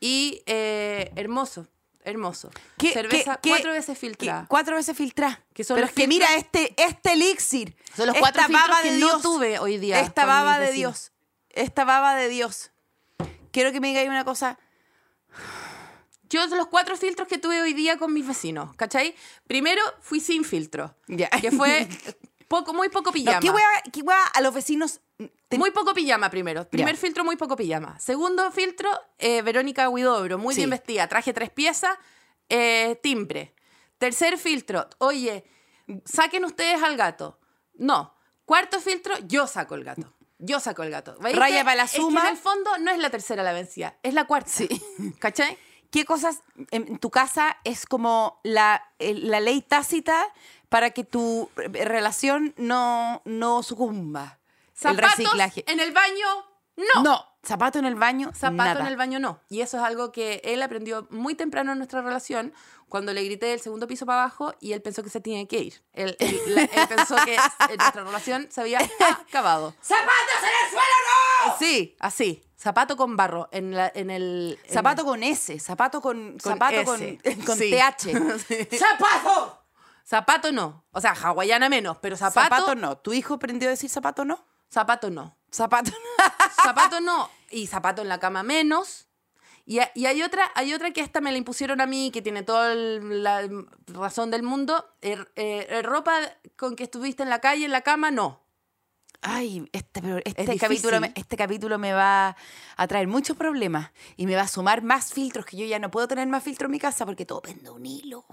Y eh, hermoso, hermoso.
¿Qué-
Cerveza
qué- qué-
cuatro veces
que
filtrada.
cuatro veces filtrada.
Que son
Pero
los
es que mira
filtros-
este, este elixir.
Son los
esta
cuatro filtros
baba
que
de
no
Dios.
tuve hoy día
Esta
con mis
baba de
vecinos.
Dios. Esta baba de Dios. Quiero que me digáis una cosa.
Yo los cuatro filtros que tuve hoy día con mis vecinos, ¿cachai? Primero fui sin filtro,
Ya.
que fue poco, muy poco
No,
pijama.
¿Qué wea, qué wea a los vecinos? te-
Muy poco pijama primero. Primer filtro, muy poco pijama. Segundo filtro, eh, Verónica Huidobro, muy
Sí.
bien vestida. Traje tres piezas, eh, timbre. Tercer filtro, oye, saquen ustedes al gato. No. Cuarto filtro, yo saco el gato. Yo saco el gato. ¿Veis
Raya
que-
para la
es que
suma.
en el fondo no es la tercera la vencida, es la cuarta. Sí. ¿Cachai?
¿Qué cosas en tu casa es como la, el- la ley tácita para que tu eh, relación no, no sucumba? el
Zapatos
reciclaje.
en el baño, no.
Zapato en el baño,
Zapato
nada.
en el baño no. Y eso es algo que él aprendió muy temprano en nuestra relación, cuando le grité del segundo piso para abajo y él pensó que se tenía que ir. Él, él- la- él pensó que eh, nuestra relación se había acabado.
¡Zapatos en el suelo, no!
Sí, así. Zapato con barro en, la- en el... en
Zapato con S, zapato con,
Con
zapato
S,
con, con
sí.
TH.
Sí.
¡Zapato!
el- zapato no. O sea, hawaiana menos, pero zapato...
Zapato,
Zapato no.
no. ¿Tu hijo aprendió a decir zapato no?
Zapato no.
Zapato
zapato no y zapato en la cama menos. Y, ha- y hay otra hay otra que esta me la impusieron a mí, que tiene toda el- la razón del mundo. Er- eh, eh, ropa con que estuviste en la calle, en la cama, no.
Ay, este, pero este,
difícil.
capítulo, me- este capítulo me va a traer muchos problemas y me va a sumar más filtros, que yo ya no puedo tener más filtros en mi casa porque todo pende un hilo.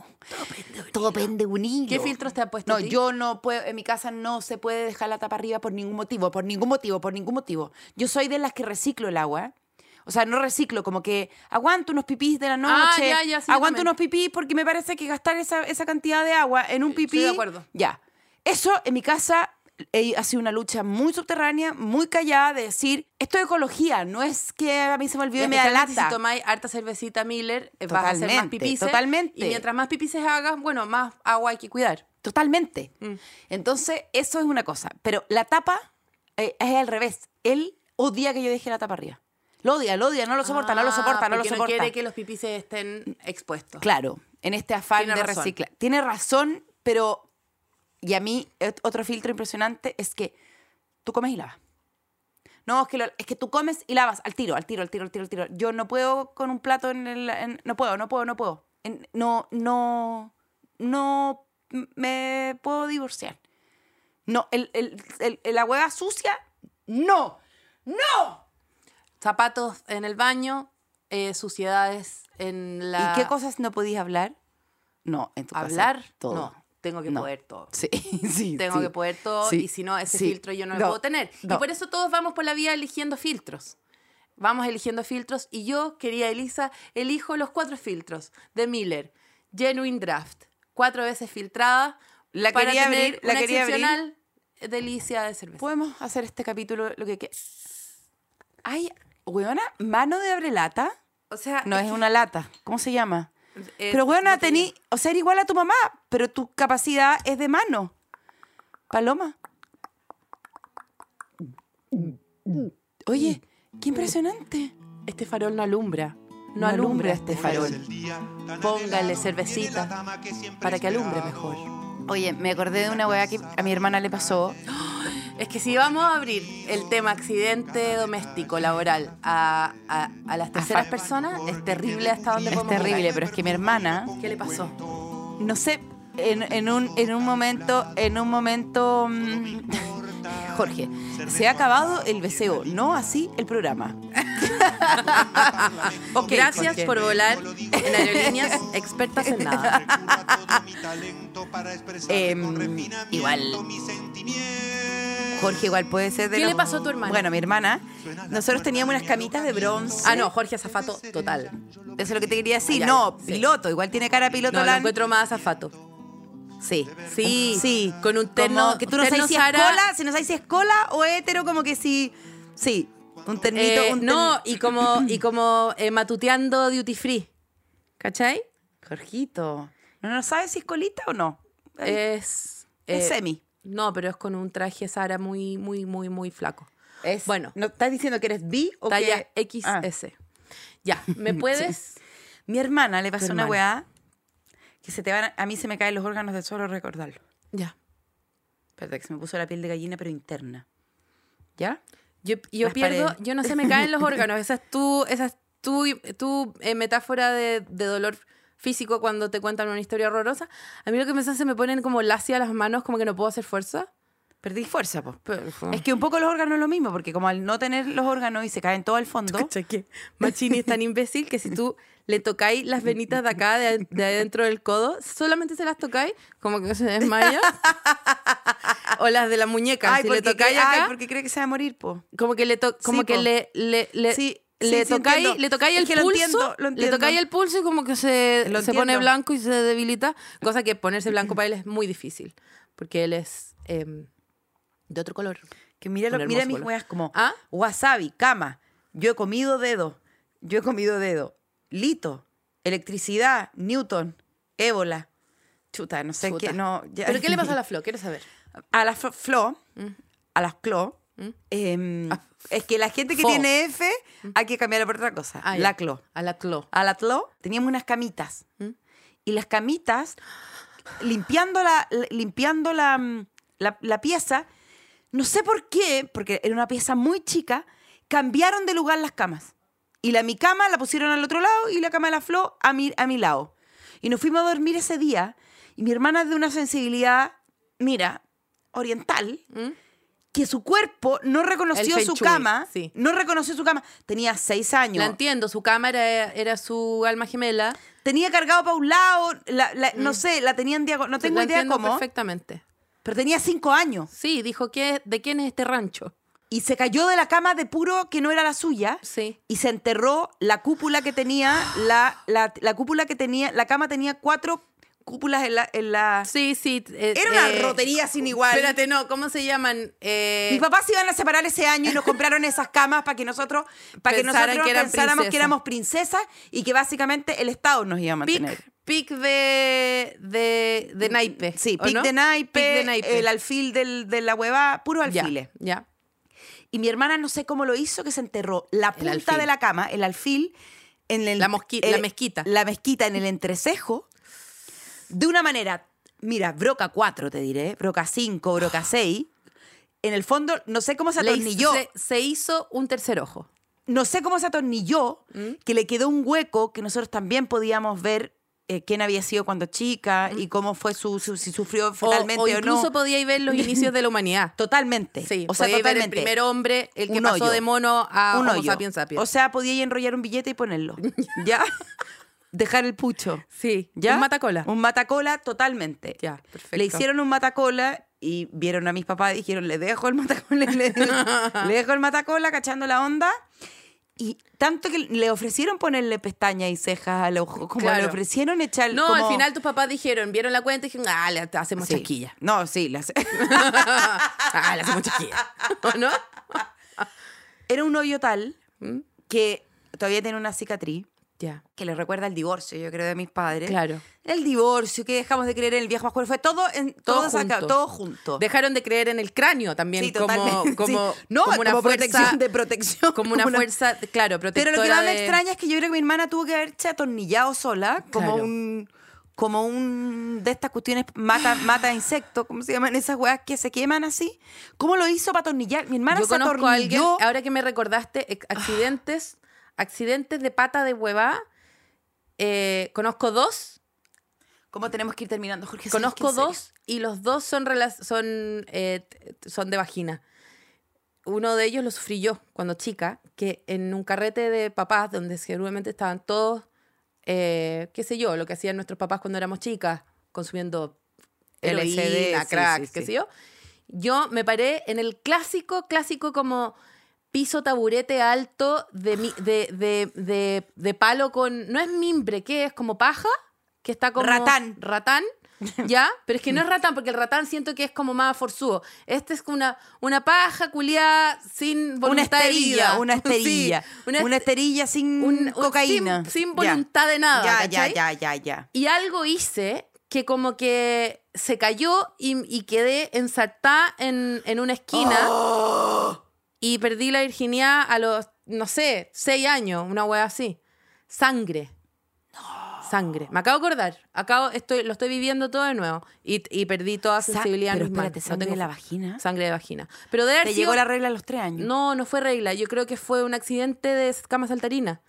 Todo pende un hilo.
¿Qué este, filtros te ha puesto?
No,
a ti?
yo no puedo, en mi casa no se puede dejar la tapa arriba por ningún motivo, por ningún motivo, por ningún motivo. Yo soy de las que reciclo el agua. O sea, no reciclo, como que aguanto unos pipís de la noche,
Ah, ya, ya, sí, yo
aguanto
también.
unos pipís porque me parece que gastar esa, esa cantidad de agua en un
estoy
pipí...
de acuerdo.
Ya. Eso en mi casa eh, ha sido una lucha muy subterránea, muy callada de decir, esto es ecología, no es que a mí se me olvidó y me da
Especialmente
lata.
Si tomáis harta cervecita Miller, eh, vas a hacer más
Totalmente,
pipices.
totalmente.
Y mientras más pipices hagas, bueno, más agua hay que cuidar.
Totalmente. Entonces, eso es una cosa. Pero la tapa eh, es al revés. Él odia que yo deje la tapa arriba. Lo odia, lo odia, no lo soporta, no lo
Ah,
soporta, no lo
porque
soporta.
quiere que los pipices estén expuestos.
Claro, en este afán
Tiene
de
razón.
reciclar. Tiene razón, pero. Y a mí, ot- otro filtro impresionante es que tú comes y lavas. No, es que, lo- es que tú comes y lavas al tiro, al tiro, al tiro, al tiro, al tiro. Yo no puedo con un plato en el. en- no puedo, no puedo, no puedo. En- no, no. No me puedo divorciar. No, el, el- el- el- la hueva sucia, no. ¡No!
Zapatos en el baño, eh, suciedades en la...
¿Y qué cosas no podías hablar? No, en tu casa,
hablar,
todo.
no, tengo que
No.
poder todo.
Sí, sí.
Tengo
sí.
que poder todo
Sí,
y si no, ese
sí,
filtro yo no, lo
no,
puedo tener. Y
no.
por eso todos vamos por la vida eligiendo filtros. Vamos eligiendo filtros y yo, querida Elisa, elijo los cuatro filtros de Miller. Genuine Draft, cuatro veces filtrada.
La
para
quería
tener
abrir, la
una
quería abrir.
excepcional delicia de cerveza.
Podemos hacer este capítulo lo que quieras. Ay, weona, mano de abrelata.
o sea,
No es una lata. ¿Cómo se llama?
Eh,
pero weona,
botella.
tení, o sea, eres igual a tu mamá, pero tu capacidad es de mano. Paloma. Oye, qué impresionante.
Este farol no alumbra. No,
No alumbra
alumbra este
este
Hoy es
farol.
el día tan
Póngale
anhelado,
cervecita
viene la dama que siempre
para que alumbre
esperado.
mejor.
Oye, me acordé de una weá que a mi hermana le pasó.
Es que si vamos a abrir el tema accidente doméstico, laboral, a, a- a las terceras personas, es terrible hasta dónde
Es
podemos llegar.
terrible, pero es que mi hermana
¿Qué le pasó?
no sé, en, en un, en un momento, en un momento, mm, Jorge, se ha acabado el BCO, no así el programa. Ok,
Gracias
Jorge.
por volar en aerolíneas expertas en nada.
Em, igual. Jorge igual puede ser de
¿Qué
los-
le pasó a tu hermana?
Bueno, mi hermana, nosotros teníamos unas camitas de bronce.
Ah, no, Jorge Azafato, total.
Eso es lo que te quería decir.
Ya,
no,
sí.
piloto, igual tiene cara de piloto
No, lo
Lan.
encuentro más Azafato.
Sí.
Sí,
Un- sí.
con un terno-
Como que tú no
terno
sabes si es
Zara.
cola, si no sabes si es cola o hétero, como que sí. Sí. Un ternito,
Eh,
un
no, y como, y como eh, matuteando duty free. ¿Cachai?
Jorgito. No, no sabes si es colita o no.
Es.
Es
eh,
semi.
No, pero es con un traje Sara muy, muy, muy, muy flaco.
Es-
bueno.
¿No estás diciendo que eres bi o
Talla
que- Ah.
XS. Ya, ¿me puedes?
Mi hermana le pasó
Tu
una weá
hermana.
que se te van a, a mí se me caen los órganos de solo recordarlo.
Ya.
Espérate, que se me puso la piel de gallina, pero interna. ¿Ya?
Yo, yo
Las
pierdo,
paredes.
yo no sé, me caen los órganos. Esa es tu, esa es tu, tu, eh, metáfora de, de dolor físico cuando te cuentan una historia horrorosa. A mí lo que me hace, me ponen como lacia las manos, como que no puedo hacer fuerza.
Perdí fuerza, po. Es
Es
que un poco los órganos es lo mismo, porque como al no tener los órganos y se caen todo al fondo,
que, que Machini es tan imbécil que si tú le tocáis las venitas de acá, de, de adentro del codo, solamente se las tocáis, como que se desmaya. o las de la muñeca, si le
porque
tocáis
cree- ay,
acá,
porque cree que se va a morir, po.
como que le to- como
Sí,
que
po.
le le le
Sí,
Eh, le
sí, sí,
tocáis
entiendo.
le tocáis
Es
el
que lo
pulso
entiendo, lo
le
entiendo.
tocáis el pulso y como que se,
Lo
se pone
entiendo.
blanco y se debilita cosa que ponerse blanco para él es muy difícil porque él es em, de otro color
Que mira,
Un
lo, mira
hermoso
mis
color.
weas como
¿Ah?
wasabi, cama, yo he comido dedo, yo he comido dedo, lito, electricidad, Newton, ébola. Chuta, no sé
Chuta.
qué, no. ya.
pero qué le pasó a la flor quiero saber
a las flo- flo, a las clo,
Mm.
em,
Ah,
es que la gente que
fo.
tiene F hay que cambiarla por otra cosa.
Ah, ya.
la clo.
a la clo
A la clo teníamos unas camitas.
Mm.
Y las camitas, limpiando la, limpiando la, mm, la- la pieza, no sé por qué, porque era una pieza muy chica, cambiaron de lugar las camas. Y la mi cama la pusieron al otro lado y la cama de la Flo a mi, a mi lado. Y nos fuimos a dormir ese día. Y mi hermana es de una sensibilidad, mira, oriental,
¿Mm?
que su cuerpo no reconoció
feng
su
shui,
cama.
sí.
No reconoció su cama. Tenía seis años.
la entiendo su cámara era su alma gemela
tenía cargado para un lado, la- la- no sé, la tenía en diagonal, no tengo
Mm. la
idea
entiendo
cómo,
perfectamente
pero tenía cinco años
sí dijo que de quién es este rancho
y se cayó de la cama de puro que no era la suya
sí
y se enterró la cúpula que tenía, la, la, la cúpula que tenía, la cama tenía cuatro cúpulas en la... En la
sí sí eh,
era una
eh,
rotería sin igual.
Espérate, no, ¿cómo se llaman? Eh,
Mis papás se iban a separar ese año y nos compraron esas camas para que nosotros, para que
Pensaran
nosotros
que eran
pensáramos que
princesas.
éramos princesas y que básicamente el Estado nos iba a mantener.
pic, pic de, de, de naipe.
Sí,
¿o
pic
no?
de naipe,
Pic de naipe.
el alfil del- de la hueva, puro
Ya,
alfiles.
Ya,
Y mi hermana no sé cómo lo hizo, que se enterró la punta
alfil.
de la cama, el alfil, en el-
La mosqui- la mezquita.
La mezquita en el entrecejo, de una manera, mira, broca 4 te diré, broca 5, broca 6. En el fondo, no sé cómo se
Ah. Le
atornilló,
hizo- se, se hizo un tercer ojo.
no sé cómo se atornilló,
Mm.
que le quedó un hueco que nosotros también podíamos ver eh, quién había sido cuando chica y cómo fue su, su- si sufrió
Mm. O,
fatalmente o,
o incluso
no.
podíais ver los inicios de la humanidad.
Totalmente.
Sí,
o sea,
podíais ver
totalmente.
el primer hombre, el que
Un
pasó
hoyo.
de mono a
un
homo
hoyo.
sapiens sapiens.
O sea, podía ir a enrollar un billete y ponerlo. ¿Ya? Dejar el pucho.
sí,
¿Ya?
un matacola.
Un matacola totalmente.
Ya,
Le
perfecto.
hicieron un matacola y vieron a mis papás y dijeron, le dejo el matacola, le, le dejo el matacola cachando la onda. Y tanto que le ofrecieron ponerle pestañas y cejas al ojo, como le
Claro.
ofrecieron echar
no,
como-
al final tus papás dijeron, vieron la cuenta y dijeron, ah, le hacemos
Sí.
chasquilla.
No, sí, las-
Ah, le hacemos chasquilla. ¿O no?
era un hoyo tal
¿Mm?
que todavía tiene una cicatriz.
Ya.
que les recuerda el divorcio, yo creo, de mis padres.
Claro.
El divorcio, que dejamos de creer en el viejo masculino, fue todo, en, todo,
Todo
saca-
junto.
todo junto.
Dejaron de creer en el cráneo también
Sí,
como,
totalmente,
como,
sí. No,
como una
como
fuerza
protección de protección.
como una fuerza, claro, protectora
Pero lo que más me
de-
extraña es que yo creo que mi hermana tuvo que haberse atornillado sola, como
Claro.
un como un de estas cuestiones mata, mata insectos, ¿cómo se llaman esas weas que se queman así? ¿Cómo lo hizo para atornillar? Mi hermana
Yo
se
conozco a alguien,
atornilló. Ah.
ahora que me recordaste, ex- accidentes, accidentes de pata de huevá, eh, conozco dos
¿Cómo tenemos que ir terminando, Jorge? ¿Sabes que
Conozco
en serio?
dos y los dos son, rela- son, eh, t- t- son de vagina. Uno de ellos lo sufrí yo cuando chica, que en un carrete de papás, donde seguramente estaban todos, eh, qué sé yo, lo que hacían nuestros papás cuando éramos chicas, consumiendo
LSD,
heroína,
sí,
crack,
sí,
qué
sí.
sé yo. Yo me paré en el clásico, clásico como piso taburete alto de, mi- de, de, de, de palo con... No es mimbre, ¿qué es? ¿Como paja? Que está como...
Ratán.
Ratán, ¿ya? Pero es que no es ratán, porque el ratán siento que es como más forzudo. Este es como una, una paja culiada sin
Una
voluntad de
esterilla,
vida.
una
Sí,
esterilla.
una
una,
est-
esterilla sin
un- un-
cocaína.
Sin, sin
Ya.
voluntad de nada,
Ya, ya,
¿cachai?
ya, ya, ya.
Y algo hice que como que se cayó y, y quedé ensartada en, en una esquina. Y perdí la virginidad a los, no sé, seis años, una hueá así. Sangre. Sangre. Me acabo de acordar. Acabo, estoy, lo estoy viviendo todo de nuevo. Y, y perdí toda
Sa-
sensibilidad
pero
en mis manos.
espérate,
No
¿sangre de
tengo-
la vagina?
Sangre de vagina. Pero de haber
Te
sido-
llegó la regla a los tres años.
No, no fue regla. Yo creo que fue un accidente de cama saltarina.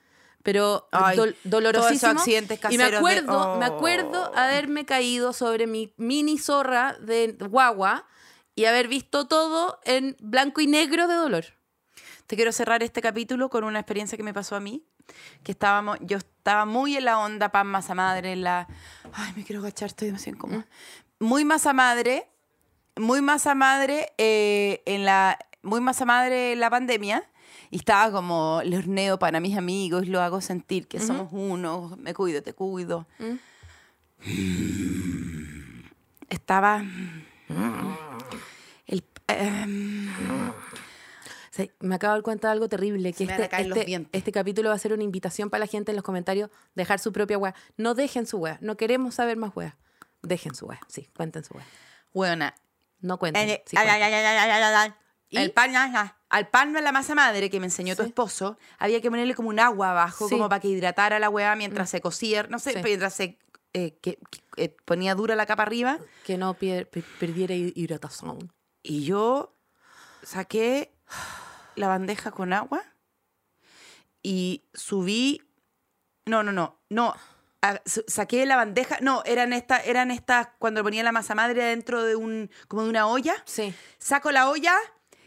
Pero
Ay,
dol- dolorosísimo.
todos esos accidentes
y me
caseros de-
acuerdo, me
Oh.
acuerdo haberme caído sobre mi mini zorra de guagua y haber visto todo en blanco y negro de dolor.
Te quiero cerrar este capítulo con una experiencia que me pasó a mí, que estábamos, yo estaba muy en la onda pan masa madre, en la, ay, me quiero agachar, estoy demasiado incómoda. Muy masa madre, muy masa madre eh, en la, muy masa madre en la pandemia. Y estaba como, le horneo pan a mis amigos, lo hago sentir que somos uno, me cuido, te cuido. Estaba... El,
O sea, me acabo de dar cuenta de algo terrible, que
me van a
este,
caer los
este-
dientes.
este capítulo va a ser una invitación para la gente en los comentarios dejar su propia wea. No dejen su wea, no queremos saber más wea. Dejen su wea, sí, cuenten su wea.
bueno,
No
Ay,
cuenten.
ay,
sí,
eh, ay,
cuenten.
ay, ay, ay, ay, ay.
¿Y?
El pan, ay, ay. al pan de la masa madre que me enseñó tu
Sí.
esposo, había que ponerle como un agua abajo,
Sí. Mm.
como para que hidratara la hueá mientras se cocía, no sé,
Sí.
mientras se eh, que, que, eh, ponía dura la capa arriba.
Que no pier- pe- perdiera hi- hidratación.
Y yo saqué la bandeja con agua y subí. No, no, no, no. a- su- saqué la bandeja. No, eran estas, eran estas cuando ponía la masa madre dentro de un, como de una olla.
Sí.
saco la olla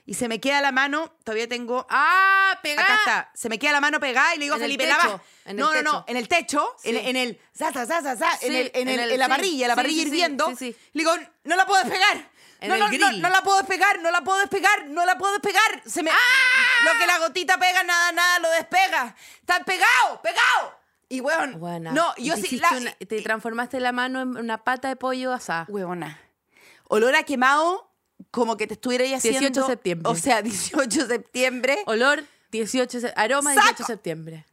y se me queda la mano, todavía tengo...
Ah, pegá.
Acá está, se me queda la mano pegada y le digo a
En el
Felipe,
techo,
lava.
en el
no, no, no,
techo.
en el techo, en,
Sí.
en el... za, za, za, za, za, en,
Sí,
el, en, el-
en el-
en la
sí,
parrilla, la
sí,
parrilla
sí, sí,
hirviendo.
sí, sí.
Le digo, no la puedo despegar.
En
No,
el
no, no,
grill. ¡Ah!
no la puedo despegar, no la puedo despegar, no la puedo despegar. Se me... Lo que la gotita pega, nada, nada lo despega. Está pegado, pegado. Y weón,
Buena.
no, yo
Te
sí...
hiciste
la-
una- te transformaste la mano en una pata de pollo asada.
Huevona. Olor a quemado, como que te estuviera ahí haciendo.
18 de septiembre.
O sea, 18 de septiembre.
Olor 18, se- aroma
Saco.
18 de septiembre.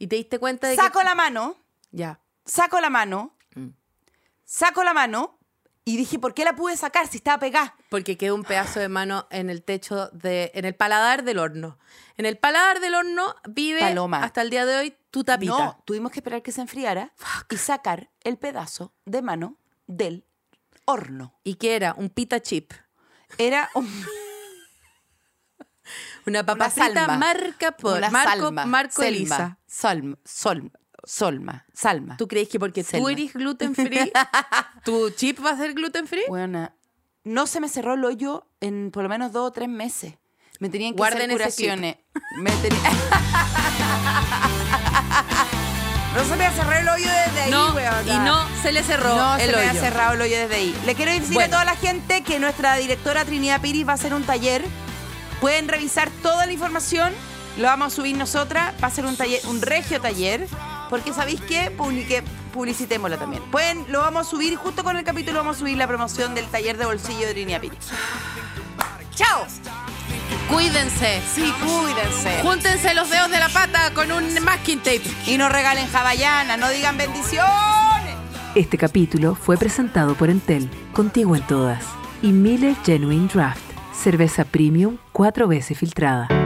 Y te Mm. diste cuenta de
Saco
que...
la mano,
Ya.
saco la mano, saco la mano y dije, ¿por qué la pude sacar si estaba pegada?
Porque quedó un pedazo de mano en el techo de, en el paladar del horno. En el paladar del horno vive
Paloma.
hasta el día de hoy tu tapita.
No, tuvimos que esperar que se enfriara y sacar el pedazo de mano del horno.
¿Y qué era? Un pita chip.
Era un-
Una
una
papa frita
salma.
marca por
Una
Marco,
salma.
Marco
Selma.
Elisa.
Salma. Solma. Solma. Salma.
¿Tú crees que porque tú
Selma.
eres gluten free, tu chip va a ser gluten free?
Buena. No se me cerró el hoyo en por lo menos dos o tres meses. Me tenían que
Guarden
hacer
ese clip.
curaciones. Me tenía- no se me ha cerrado el hoyo desde ahí,
no,
weona.
y no se le cerró
No
el
se me ha
hoyo.
cerrado el hoyo desde ahí. Le quiero decir a
Bueno.
toda la gente que nuestra directora Trinidad Piris va a hacer un taller. Pueden revisar toda la información. Lo vamos a subir nosotras. Va a ser un taller, un regio taller. Porque sabéis qué? Publique, publicitémoslo también. Pueden, lo vamos a subir justo con el capítulo. Vamos a subir la promoción del taller de bolsillo de Trinidad Piris. ¡Chao!
Cuídense.
Sí, cuídense.
Júntense los dedos de la pata con un masking tape.
Y no regalen javallana. No digan bendiciones.
Este capítulo fue presentado por Entel, contigo en todas, y Miller Genuine Draft, cerveza premium cuatro veces filtrada.